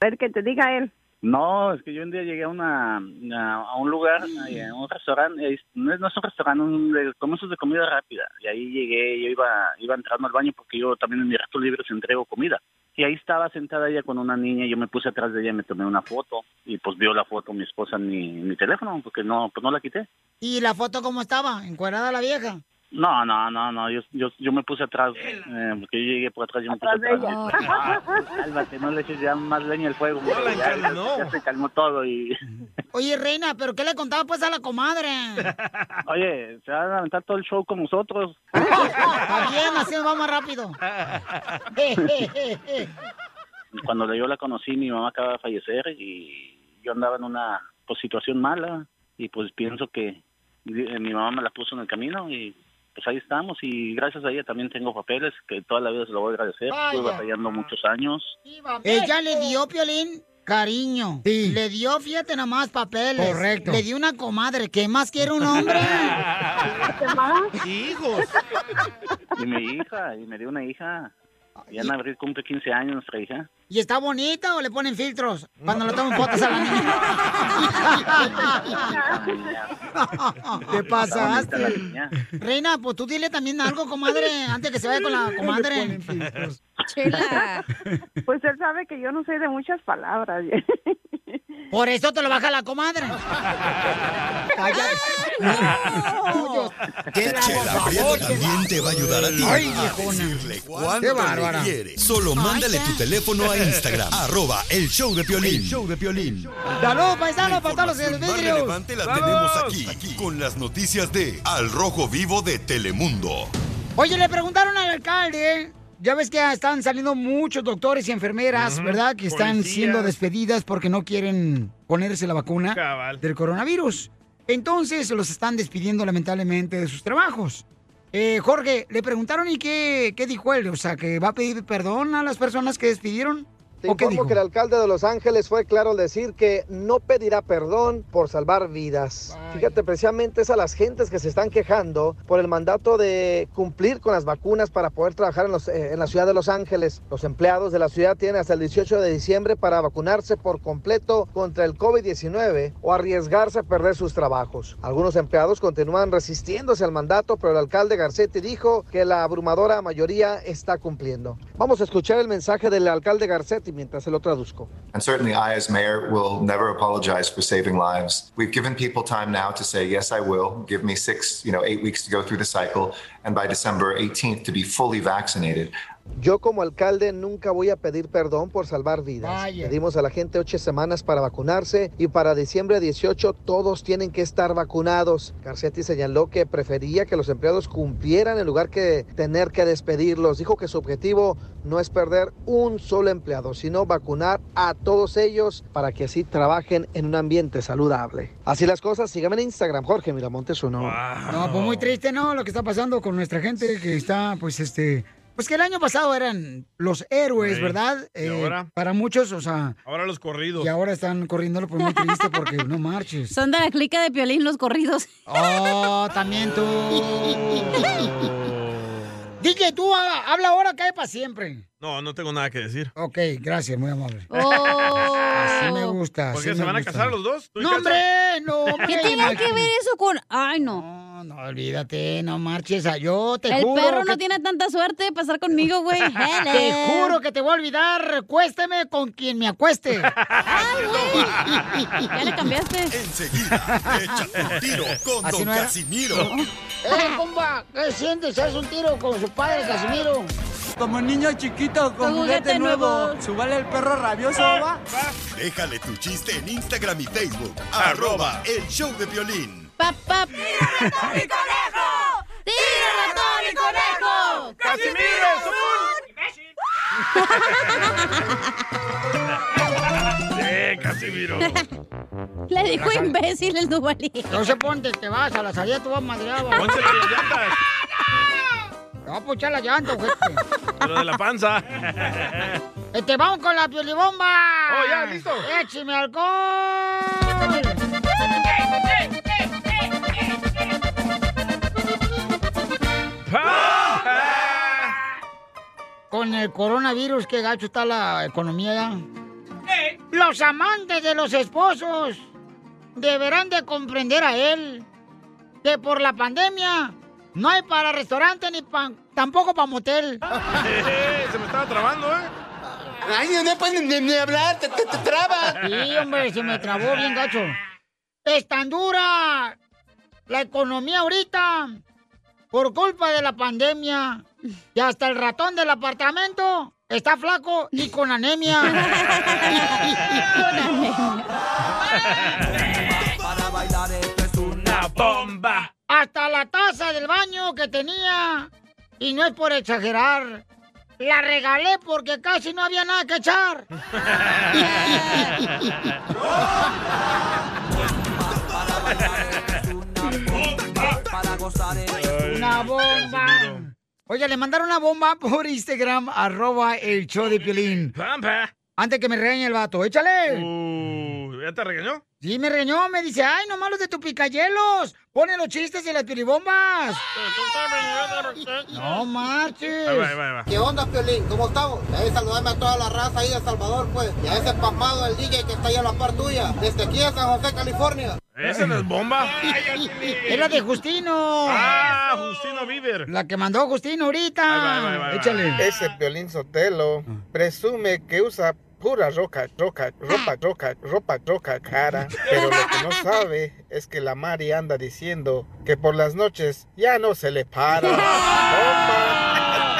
El que te diga él.
No, es que yo un día llegué a una a, a un lugar, ahí, a un restaurante, eh, no es, no es un restaurante, un de, como esos de comida rápida. Y ahí llegué, yo iba iba entrando al baño porque yo también en mi rato libre se entrego comida. Y ahí estaba sentada ella con una niña, yo me puse atrás de ella, me tomé una foto y pues vio la foto mi esposa en mi, en mi teléfono porque no pues no la quité.
¿Y la foto cómo estaba? ¿Encuerada la vieja?
No, no, no, no, yo, yo, yo me puse atrás, eh, porque yo llegué por atrás, yo me puse
Atrás de
atrás.
ella.
Ah, cálmate, no le eches ya más leña al fuego. No la ya, ya se calmó todo y...
(laughs) Oye, reina, ¿pero qué le contaba pues a la comadre?
Oye, se va a levantar todo el show con nosotros.
Está bien, así nos vamos
(laughs)
rápido.
Cuando yo la conocí, mi mamá acaba de fallecer y yo andaba en una pues, situación mala y pues pienso que eh, mi mamá me la puso en el camino y pues ahí estamos y gracias a ella también tengo papeles que toda la vida se lo voy a agradecer.
Vaya.
Estuve batallando muchos años.
Ella le dio, Piolín, cariño. Le dio, fíjate nada más, papeles.
Correcto.
Le dio una comadre. ¿Qué más quiere un hombre?
Hijos.
(laughs) Y mi hija, y me dio una hija. Ya en abril cumple 15 años nuestra hija.
¿Y está bonita o le ponen filtros cuando le toman fotos a la niña? Te
Está bonita la
pasaste.
niña.
Reina, pues tú dile también algo, comadre, antes que se vaya
(laughs)
con la comadre.
(laughs)
Pues él sabe que yo no soy de muchas palabras. (laughs)
Por eso te lo baja la comadre.
Chela Prieto también te va a ayudar a ti
Ay,
a
viejona.
decirle
Qué
cuánto
bárbara. (laughs)
le quieres. Solo
Ay,
mándale
ya.
tu teléfono a Instagram, arroba el show de Piolín. show de Piolín.
Saludos, paisanos, para todos los del
Más
vidrio.
relevante la tenemos aquí, aquí, con las noticias de Al Rojo Vivo de Telemundo.
Oye, le preguntaron al alcalde. ¿eh? Ya ves que están saliendo muchos doctores y enfermeras, ¿verdad? Que están
policías.
siendo despedidas porque no quieren ponerse la vacuna del coronavirus. Entonces los están despidiendo lamentablemente de sus trabajos. Eh, Jorge, le preguntaron y qué, qué dijo él. O sea, que va a pedir perdón a las personas que despidieron.
Te
¿O qué
informo
dijo?
que el alcalde de Los Ángeles fue claro al decir que no pedirá perdón por salvar vidas. Fíjate, precisamente es a las gentes que se están quejando por el mandato de cumplir con las vacunas para poder trabajar en, los- eh, en la ciudad de Los Ángeles. Los empleados de la ciudad tienen hasta el 18 de diciembre para vacunarse por completo contra el COVID-19 o arriesgarse a perder sus trabajos. Algunos empleados continúan resistiéndose al mandato, pero el alcalde Garcetti dijo que la abrumadora mayoría está cumpliendo. Vamos a escuchar el mensaje del alcalde Garcetti mientras se lo traduzco.
And certainly, I, as mayor, will never apologize for saving lives. We've given people time now to say, yes, I will. Give me six, you know, eight weeks to go through the cycle. And by December 18th, to be fully vaccinated.
Yo como alcalde nunca voy a pedir perdón por salvar vidas.
Vaya.
Pedimos a la gente ocho semanas para vacunarse y para diciembre 18 todos tienen que estar vacunados. Garcetti señaló que prefería que los empleados cumplieran en lugar que tener que despedirlos. Dijo que su objetivo no es perder un solo empleado, sino vacunar a todos ellos para que así trabajen en un ambiente saludable. Así las cosas, síganme en Instagram, Jorge Miramontes uno.
No, pues muy triste, ¿no? Lo que está pasando con nuestra gente que está, pues, este... Pues que el año pasado eran los héroes,
Sí.
¿verdad? Eh,
¿Y ahora?
Para muchos, o sea...
Ahora los corridos.
Y ahora están corriéndolo por muy triste porque no marches.
Son de la clica de Piolín los corridos. (laughs)
Oh, también tú. DJ, tú ha- habla ahora, cae para siempre.
No, no tengo nada que decir.
Ok, gracias, muy amable.
Oh.
Así me gusta.
¿Por
así
qué?
me
¿Se van a
gusta.
casar los dos? ¿Tú y
No,
Cacha?
hombre, no.
¿Qué
hombre,
tiene que
imagínate.
ver eso con.? Ay, no.
No, olvídate, no marches. ah, Yo te
El
juro.
perro
que-
no tiene tanta suerte de pasar conmigo, güey. Hello.
(laughs) Te juro que te voy a olvidar. Cuésteme con quien
(laughs)
me acueste.
Ya le cambiaste.
Enseguida, échate un tiro con
Así
Don
no era.
Casimiro.
¡Eh, comba! ¿Qué sientes? ¿Haz un tiro con su padre, Casimiro? Como niño chiquito
con Con juguete juguete nuevo. Ah. nuevo.
Subale el perro rabioso,
va. Déjale tu chiste en Instagram y Facebook, arroba el show de Piolín.
¡Pap,
(laughs)
pap! ¡Tírame Tony Conejo! ¡Tírame Tony Conejo!
¡Casimiro es
¡Eh, Casimiro!
(laughs) Le dijo imbécil el Duvalín.
No se ponte, te vas a la salida, tú vas madreado.
Pónsele las llantas,
Te va a puchar la llanta,
(laughs)
ojete.
pero de la panza. (laughs)
Este, vamos con la piolibomba.
Oh, ya, listo.
Écheme alcohol. Con el coronavirus, qué gacho está la economía ya. Los amantes de los esposos deberán de comprender a él que por la pandemia no hay para restaurante ni pa- tampoco para
(laughs)
motel.
Se me estaba trabando, ¿eh?
Ay, no puedes ni, hablar, te, trabas. Sí, hombre, se me trabó bien gacho. Es tan dura la economía ahorita por culpa de la pandemia y hasta el ratón del apartamento está flaco y con anemia.
Para bailar esto es una bomba.
hasta la taza del baño que tenía y no es por exagerar. La regalé porque casi no había nada que echar.
Para gozar esto es
Una bomba. Oiga, le mandaron una bomba por Instagram, arroba el show de Piolín. Antes que me regañe el vato, échale.
Uh. ¿Ya te regañó?
Sí, me regañó, me dice, ay, no malos de tu picayelos, pone los chistes y las piribombas. No marches.
Ahí va, ahí va, ahí va.
¿Qué onda, Piolín? ¿Cómo estamos? Ahí saludarme a toda la raza ahí de El Salvador, pues. Y a ese pasmado del DJ que está ahí a la par tuya, desde aquí de San José, California.
Esa no es bomba.
Es la de Justino.
Ah, Justino Bieber.
La que mandó Justino ahorita. Échale.
Ese Piolín Sotelo presume que usa pura roca, roca, ropa, roca, ropa, roca, cara. Pero lo que no sabe es que la Mari anda diciendo que por las noches ya no se le para.
(laughs)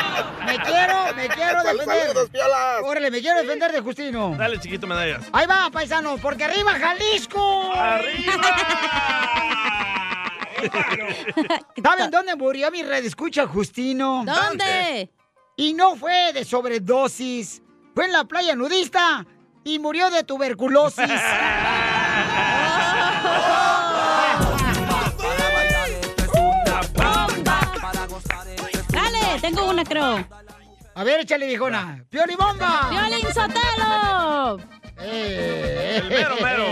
Me quiero, me quiero defender.
Saludos, piolas.
Órale, me quiero defender de Justino. Eh,
Dale, chiquito, medallas.
Ahí va, paisano, porque arriba Jalisco. (laughs) ¿Saben dónde murió mi red? Escucha, Justino.
¿Dónde?
Y no fue de sobredosis. Fue en la playa nudista y murió de tuberculosis. (laughs)
Dale, tengo una, creo.
A ver, échale, viejona. ¡Pioli bomba!
¡Violín Sotelo!
Eh.
El mero,
(laughs)
mero.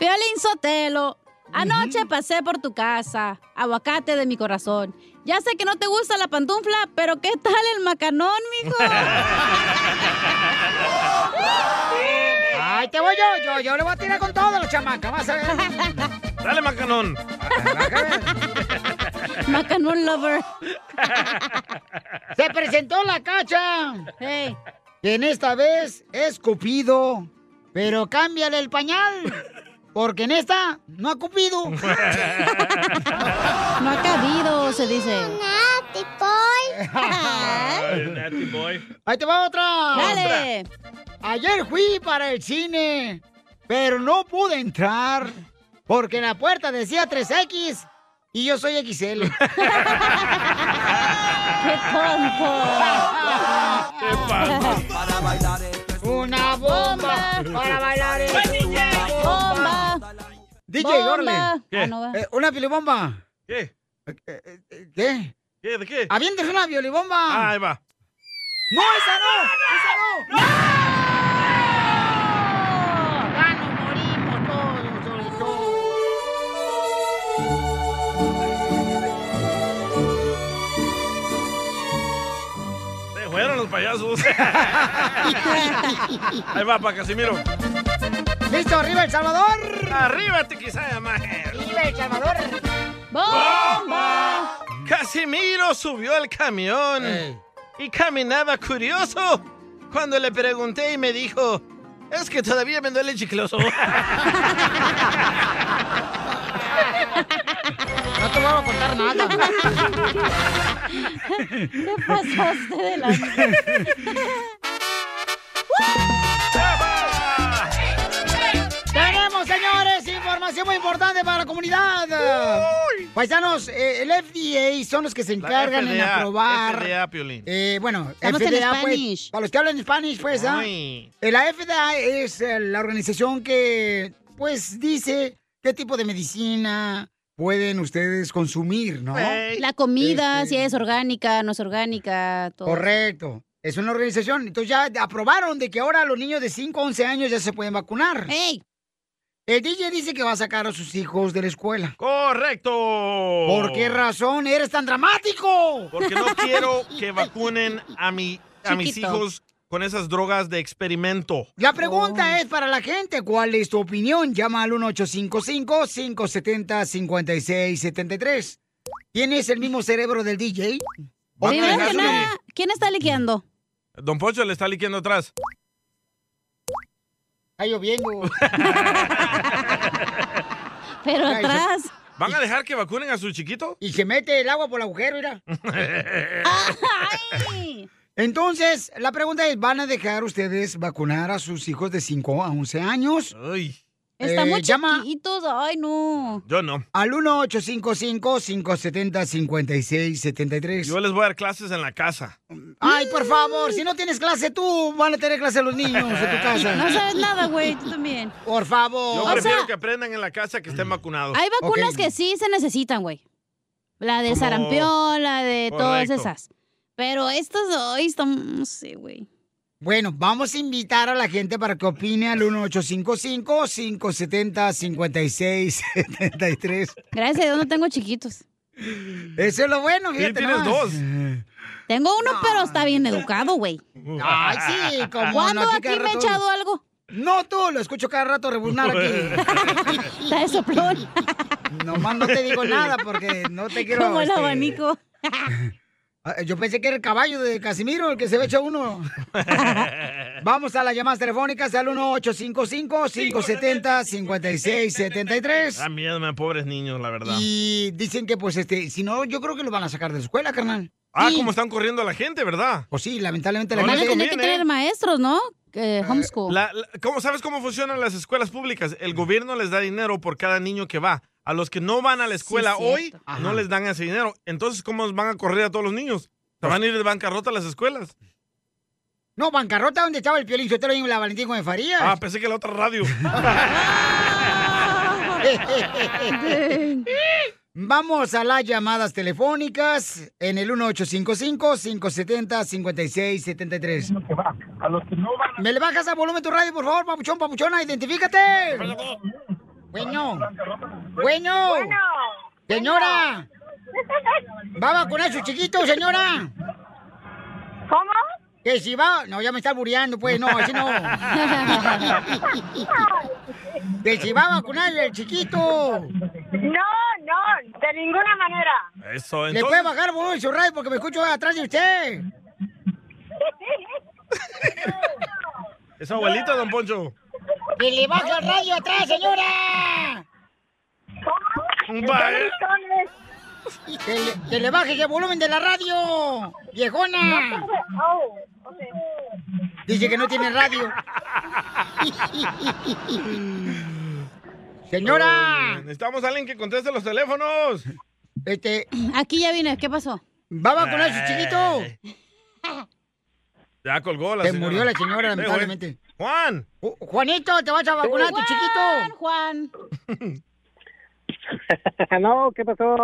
Violín Sotelo, anoche pasé por tu casa, aguacate de mi corazón. Ya sé que no te gusta la pantufla, pero ¿qué tal el macanón, mijo?
(laughs)
Ay, te voy yo, yo, yo le voy a tirar con todo a los chamacas, vas a ver.
Dale, macanón. (laughs)
Macanón lover.
(laughs) Se presentó la cacha. Que en esta vez es Cupido, pero cámbiale el pañal. Porque en esta no ha cupido.
No ha cabido, se dice.
(laughs)
Ay, Natty Boy.
Ahí te va otra.
Dale.
Ayer fui para el cine, pero no pude entrar porque en la puerta decía 3X y yo soy
(laughs)
XL. ¡Qué
tonto!
¡Qué palma!
Una bomba para bailar es una bomba. DJ,
Bomba.
órale.
¿Qué? Ah, no va.
Eh, una pilibomba. Eh,
¿Qué?
¿Qué?
¿Qué? ¿De qué? Ah,
¡Avientes una violibomba!
ahí va.
¡No, esa no! ¡Esa no! ¡No! ¡Ya nos morimos todos, sobre
Se fueron los
(laughs)
payasos. ahí va, para Casimiro.
(laughs) ¡Listo, arriba El Salvador!
¡Arriba, te quizá,
¡Arriba El Salvador!
¡Bomba!
Casimiro subió al camión y caminaba curioso cuando le pregunté y me dijo, es que todavía me duele
(laughs)
el chicloso.
No te voy a contar
(laughs)
nada.
Te pasaste de la...
Tenemos, señores, información muy importante para la comunidad. Paisanos, eh, el FDA son los que se encargan en
FDA,
aprobar.
FDA, Piolín.
eh, bueno,
Estamos en
FDA, pues,
Spanish.
para los que hablan Spanish, pues, ¿ah?
Ay.
Eh, La FDA es eh, la organización que, pues, dice qué tipo de medicina pueden ustedes consumir, ¿no?
La comida, si es orgánica, no es orgánica, todo.
Este. Correcto. Es una organización. Entonces ya aprobaron de que ahora los niños de 5 a 11 años ya se pueden vacunar. El DJ dice que va a sacar a sus hijos de la escuela.
Correcto.
¿Por qué razón eres tan dramático?
Porque
(laughs)
no quiero que vacunen a, mi, a mis
Chiquito.
hijos con esas drogas de experimento.
La pregunta es para la gente, ¿cuál es tu opinión? Llama al 1855-570-5673. ¿Tienes el mismo cerebro del DJ?
Primero
Vacunen a
que
su-
nada, ¿quién está liqueando?
Don Pocho le está liquiendo atrás.
Está lloviendo.
(laughs) Pero
Ay, se-
atrás.
¿Van a dejar que vacunen a su chiquito?
Y se mete el agua por el agujero, mira.
(laughs)
Entonces, la pregunta es, ¿van a dejar ustedes vacunar a sus hijos de 5 a 11 años?
Están
Eh,
muy
llama-
chiquitos. Ay, no.
Yo no.
Al 1-855-570-5673.
Yo les voy a dar clases en la casa.
Ay, por favor, si no tienes clase tú, van a tener clase los niños en tu casa.
No sabes nada, güey, tú también.
Por favor.
Yo
O
prefiero
sea-
que aprendan en la casa que estén vacunados.
Hay vacunas que sí se necesitan, güey. La de
Como-
sarampión, la de todas
Correcto.
esas. Pero estas hoy están, no sé, güey.
Bueno, vamos a invitar a la gente para que opine al 1855-570-5673.
Gracias a Dios no tengo chiquitos.
Eso es lo bueno, fíjate. nomás. Eh,
Tengo uno, pero está bien educado, güey.
(laughs) Ay, sí, como no,
¿Cuándo
a ti
aquí
cada
me he
rato-
echado algo?
No, tú, lo escucho cada rato rebuznar aquí.
(laughs) Está de soplón.
Nomás no te digo nada porque no te quiero...
Como el
este,
abanico.
(laughs) Ah, Yo pensé que era el caballo de Casimiro, el que se ve hecho
(laughs)
uno. Vamos a las llamadas telefónicas al 1-855-570-5673.
Da miedo, me pobres niños, la verdad.
Y dicen que, pues, este, si no, yo creo que lo van a sacar de la escuela, carnal.
Ah,
Sí.
como están corriendo a la gente, ¿verdad?
Pues sí, lamentablemente
Van
No
a
les
tener que
conviene.
tener maestros, ¿no? Eh, homeschool.
La- la- ¿cómo, ¿Sabes cómo funcionan las escuelas públicas? El gobierno les da dinero por cada niño que va. A los que no van a la escuela
cierto.
hoy, no les dan ese dinero. Entonces, ¿cómo van a correr a todos los niños? ¿Se van a ir de bancarrota a las escuelas?
No, bancarrota, ¿dónde estaba el piolín? Yo te lo digo, la Valentín Gómez Farías.
Ah, pensé que la otra radio.
(laughs) Vamos a las llamadas telefónicas en el 1855-570-5673. ¿Me le bajas a volumen tu radio, por favor, papuchón, papuchona? ¡Identifícate! (laughs) Bueno.
(laughs)
Bueno. Señora. ¿Va a vacunar a su chiquito, señora? ¿Cómo? Que si va... No, ya me está bureando, pues. No, así (laughs) no. que si va a vacunar al chiquito. No, no. De ninguna manera.
Eso,
¿Le
entonces.
puede bajar el volumen de su radio porque me escucho atrás de usted?
Es abuelita, don Poncho.
¡Que le baje el radio atrás, señora!
Vale.
¡Que le, que le baje el volumen de la radio! ¡Viejona! Dice que no tiene radio.
Ay,
Señora,
necesitamos a alguien que conteste los teléfonos.
este,
Aquí ya vine, ¿qué pasó?
¿va
Ah.
a vacunar a su chiquito?
Ya colgó la
Se
señora.
murió la señora,
Dejo, ¿eh?
lamentablemente.
Juan.
Oh.
Juanito, ¿te vas a vacunar a tu chiquito?
Juan.
(laughs) no, ¿qué pasó?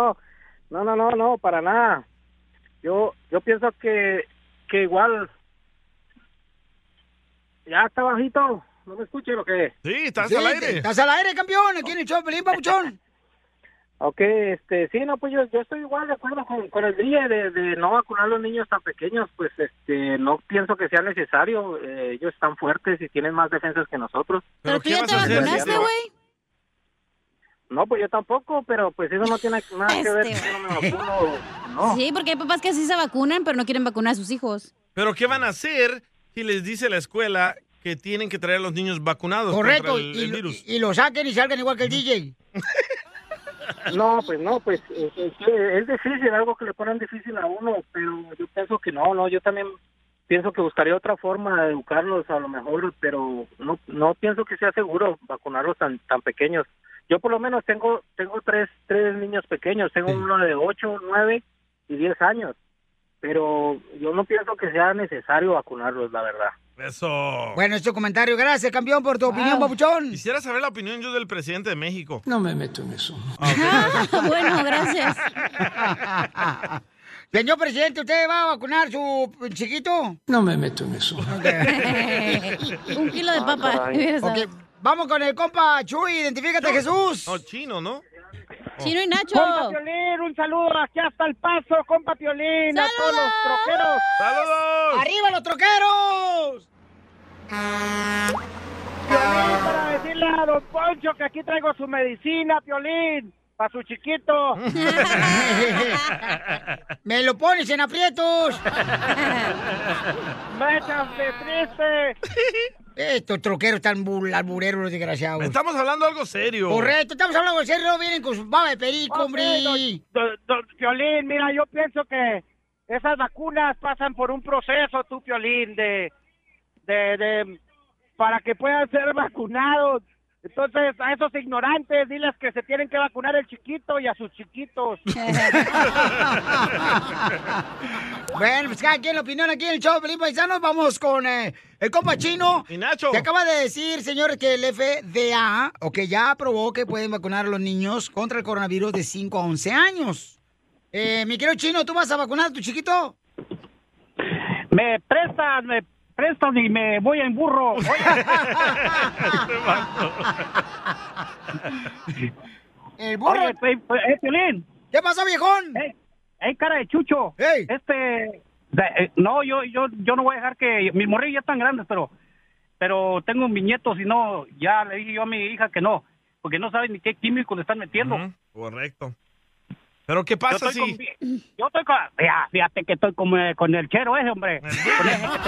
No, no, no, no, para nada. Yo, yo pienso que, que igual. (laughs) Ya está bajito. ¿No me escuché lo que?
Sí, estás
Sí, Estás al aire, campeón. Aquí en el show, Pelín Papuchón.
Ok, este, sí, no, pues yo, yo estoy igual de acuerdo con, con el día de, de no vacunar a los niños tan pequeños, pues este, no pienso que sea necesario, eh, ellos están fuertes y tienen más defensas que nosotros.
¿Pero tú ya te vacunaste, güey?
No, pues yo tampoco, pero pues eso no tiene nada que ver,
Este
yo no me vacuno, no.
Sí, porque hay papás que sí se vacunan, pero no quieren vacunar a sus hijos.
Pero ¿qué van a hacer si les dice la escuela que tienen que traer a los niños vacunados
Correcto,
(laughs) contra el,
y,
el
lo-
virus?
y lo saquen y salgan igual que el DJ.
No, pues no, pues es, es que es difícil, algo que le ponen difícil a uno, pero yo pienso que no, no, yo también pienso que buscaría otra forma de educarlos a lo mejor, pero no no pienso que sea seguro vacunarlos tan tan pequeños. Yo por lo menos tengo tengo tres tres niños pequeños, tengo uno de ocho, nueve y diez años, pero yo no pienso que sea necesario vacunarlos, la verdad.
Eso.
Bueno, es tu comentario. Gracias, campeón, por tu opinión, Papuchón.
Quisiera saber la opinión yo del presidente de México.
No me
meto en eso.
Ah,
(laughs)
(laughs) bueno, gracias.
Señor presidente, ¿usted va a vacunar su chiquito?
No me meto en
(laughs)
eso.
Un kilo de
Ah,
papa.
caray.
hubieras dado.
Ok, vamos con el compa Chuy. Identifícate, Jesús.
No, chino, ¿no?
Chino y Nacho.
Compa Piolín, un saludo aquí hasta el paso, compa Piolín, a todos los troqueros.
¡Saludos!
¡Arriba los troqueros!
Piolín, para decirle a Don Poncho que aquí traigo
(laughs)
su medicina, Piolín, para su chiquito.
¡Me lo pones en
(laughs)
aprietos!
Mechas de triste.
Estos troqueros tan bul- albureros, los desgraciados.
Estamos hablando algo serio.
Correcto, estamos hablando en serio, vienen con su baba de perico, hombre.
Do- do- Piolín, mira, yo pienso que esas vacunas pasan por un proceso, tú, Piolín, de, de, de- para que puedan ser vacunados. Entonces, a esos ignorantes, diles que se tienen que vacunar el chiquito y a sus chiquitos.
(laughs) Bueno, pues cada quien la opinión aquí en el show, Felipe Paisanos. Vamos con eh, el compa chino.
Y Nacho.
Que acaba de decir, señores, que el FDA, o que ya aprobó que pueden vacunar a los niños contra el coronavirus de 5 a 11 años. Eh, mi querido chino, ¿tú vas a vacunar a tu chiquito?
Me prestan, me prestan y me voy en burro.
(laughs)
Este
El burro.
Oye, pe- pe- eh, Piolín. Eh,
¿Qué pasó, viejón?
¡Ey, ey, cara de chucho! Este... de- eh, no, yo, yo, yo no voy a dejar que... Mis morrillos ya están grandes, pero... Pero tengo mis nietos y no... Ya le dije yo a mi hija que no. Porque no saben ni qué químico le están metiendo.
Oh, Correcto. Pero ¿qué pasa
yo
si-
estoy con- yo estoy con... Fíjate, fíjate que estoy con, eh, con el chero ese,
(laughs)
hombre. Con ese que tenemos aquí.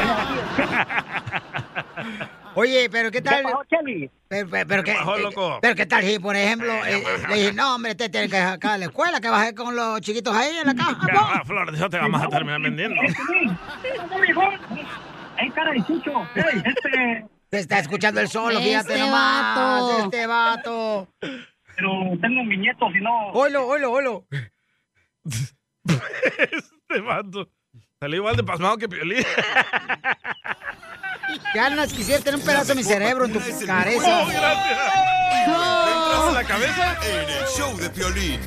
Oye, pero ¿qué tal?
pasó,
Pero, pero- pero qué,
¿Qué
Eh,
pasó, loco?
pero ¿qué tal si, por ejemplo,
Eh,
eh, le dije, no, hombre, te tienes que dejar acá de la escuela, que bajé con los chiquitos ahí en la caja.
Ya, va, Ah, Flor, yo te vamos a terminar vendiendo.
¡Ey, cara de chucho! ¡Ey, este...
Te está escuchando el solo, fíjate
Este
nomás,
vato.
este vato.
Pero tengo mis nietos y no...
Oilo, oilo, oilo.
Este vato. Salió igual de pasmado que Piolín.
Ganas, quisiera tener un pedazo de mi cerebro en tu
mejor.
cabeza.
Oh, ¿Entras a la cabeza? En el show de Piolín.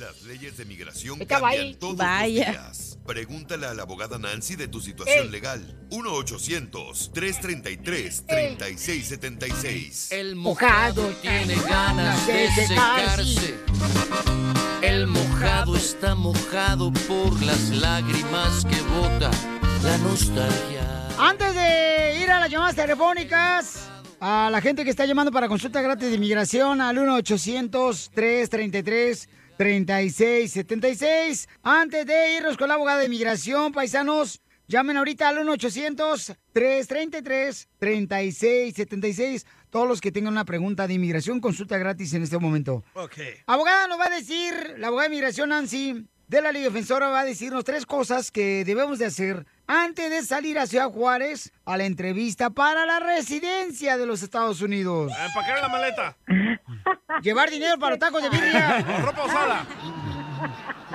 Las leyes de migración
Estaba
cambian
ahí.
todos
Vaya.
los días. Pregúntale a la abogada Nancy de tu situación
Ey.
legal. 1-800-333-3676.
El
mojado
tiene ganas de secarse. El mojado está mojado por las lágrimas que bota la nostalgia.
Antes de ir a las llamadas telefónicas, a la gente que está llamando para consulta gratis de inmigración al 1-800-333-3676. Antes de irnos con la abogada de inmigración, paisanos, llamen ahorita al 1-800-333-3676. Todos los que tengan una pregunta de inmigración, consulta gratis en este momento.
Ok.
Abogada nos va a decir, la abogada de migración Nancy de la ley defensora va a decirnos tres cosas que debemos de hacer antes de salir a Ciudad Juárez a la entrevista para la residencia de los Estados
(laughs)
Unidos.
A Empacar la maleta.
Llevar dinero para los tacos de
(laughs)
birria.
O ropa usada.
(laughs)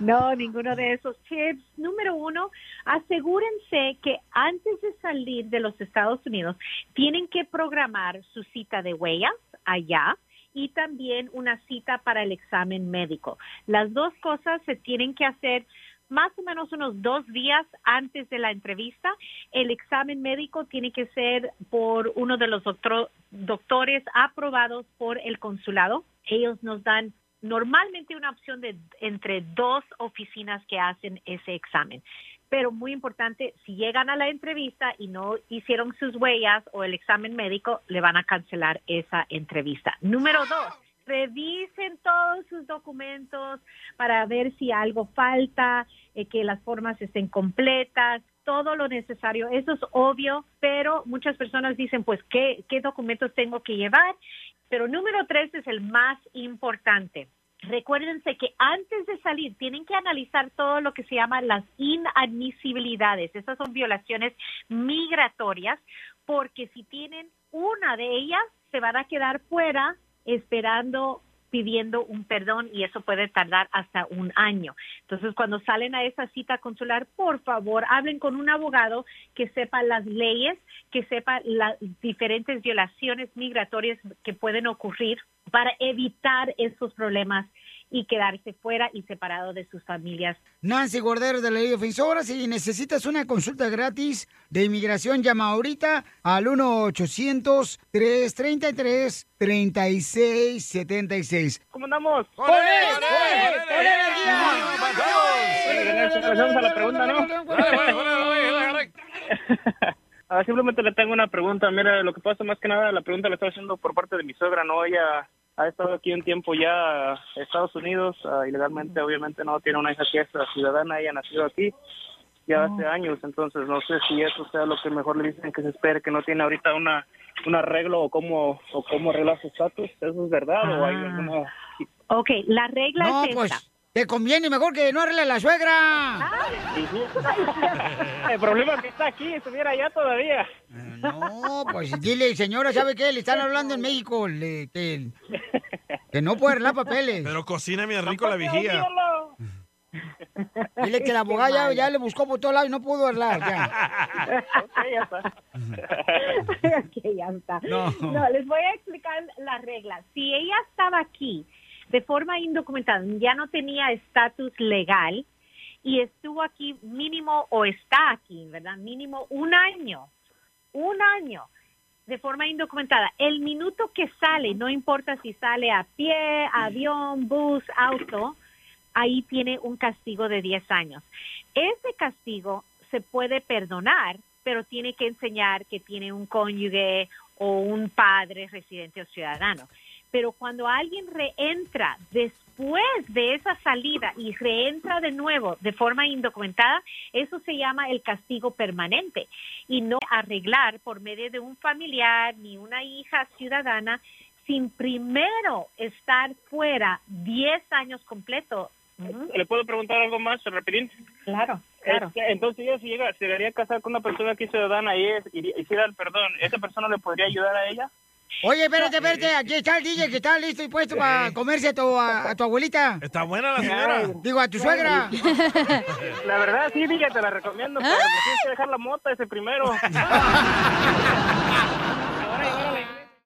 No, ninguno de esos tips. Número uno, asegúrense que antes de salir de los Estados Unidos tienen que programar su cita de huellas allá y también una cita para el examen médico. Las dos cosas se tienen que hacer más o menos unos dos días antes de la entrevista. El examen médico tiene que ser por uno de los doctor- doctores aprobados por el consulado. Ellos nos dan normalmente una opción de entre dos oficinas que hacen ese examen. Pero muy importante, si llegan a la entrevista y no hicieron sus huellas o el examen médico, le van a cancelar esa entrevista. Número dos, revisen todos sus documentos para ver si algo falta, eh, que las formas estén completas, todo lo necesario. Eso es obvio, pero muchas personas dicen, pues, ¿qué, qué documentos tengo que llevar? Pero número tres es el más importante. Recuérdense que antes de salir tienen que analizar todo lo que se llama las inadmisibilidades. Esas son violaciones migratorias porque si tienen una de ellas se van a quedar fuera esperando pidiendo un perdón y eso puede tardar hasta un año. Entonces, cuando salen a esa cita consular, por favor, hablen con un abogado que sepa las leyes, que sepa las diferentes violaciones migratorias que pueden ocurrir para evitar esos problemas y quedarse fuera y separado de sus familias.
Nancy Gordero de la ley defensora, si necesitas una consulta gratis de inmigración, llama ahorita al 1-800-333-3676.
¿Cómo andamos?
¡Con él! ¡Con él! ¡Con él, energía!
Pasamos a la pregunta, ¿no? Ah, simplemente le tengo una pregunta. Mira, lo que pasa más que nada, la pregunta la estaba haciendo por parte de mi suegra, ¿no? Ella ha estado aquí un tiempo ya en Estados Unidos, ah, ilegalmente, obviamente, no tiene una hija que es ah, ciudadana, ella nació aquí ya hace años, entonces no sé si eso sea lo que mejor le dicen que se espere, que no tiene ahorita una un arreglo o cómo, o cómo arreglar su estatus. ¿Eso es verdad o hay
Ah.
alguna
Ok, la regla
No,
es
pues,
esta.
te conviene mejor que no arregle la suegra.
El problema es que está aquí, estuviera allá todavía.
Eh, No, pues dile, señora, ¿sabe qué? Le están hablando en México, le- que, que no puede arreglar papeles.
Pero cocina bien rico la vigía.
Dile que la abogada ya, ya le buscó por todos lados y no pudo arreglar,
(laughs)
ya.
Ok, ya está.
No.
No. les voy a explicar la regla. Si ella estaba aquí de forma indocumentada, ya no tenía estatus legal y estuvo aquí mínimo o está aquí, ¿verdad? Mínimo un año, un año de forma indocumentada. El minuto que sale, no importa si sale a pie, avión, bus, auto, ahí tiene un castigo de 10 años. Ese castigo se puede perdonar, pero tiene que enseñar que tiene un cónyuge o un padre residente o ciudadano. Pero cuando alguien reentra después de esa salida y reentra de nuevo de forma indocumentada, eso se llama el castigo permanente y no arreglar por medio de un familiar ni una hija ciudadana sin primero estar fuera 10 años completo.
¿Le puedo preguntar algo más, repetir?
Claro, claro.
Este, entonces ella si llega, se llegaría a casar con una persona que es ciudadana y es, y- y si da el perdón, ¿esa persona le podría ayudar a ella?
Oye, espérate, espérate, aquí está el DJ que está listo y puesto para comerse a tu, a, a tu abuelita.
Está buena la señora.
Digo, a tu suegra. ¿Ah?
La verdad, sí, Villa, te la recomiendo, pero tienes que dejar la mota ese primero.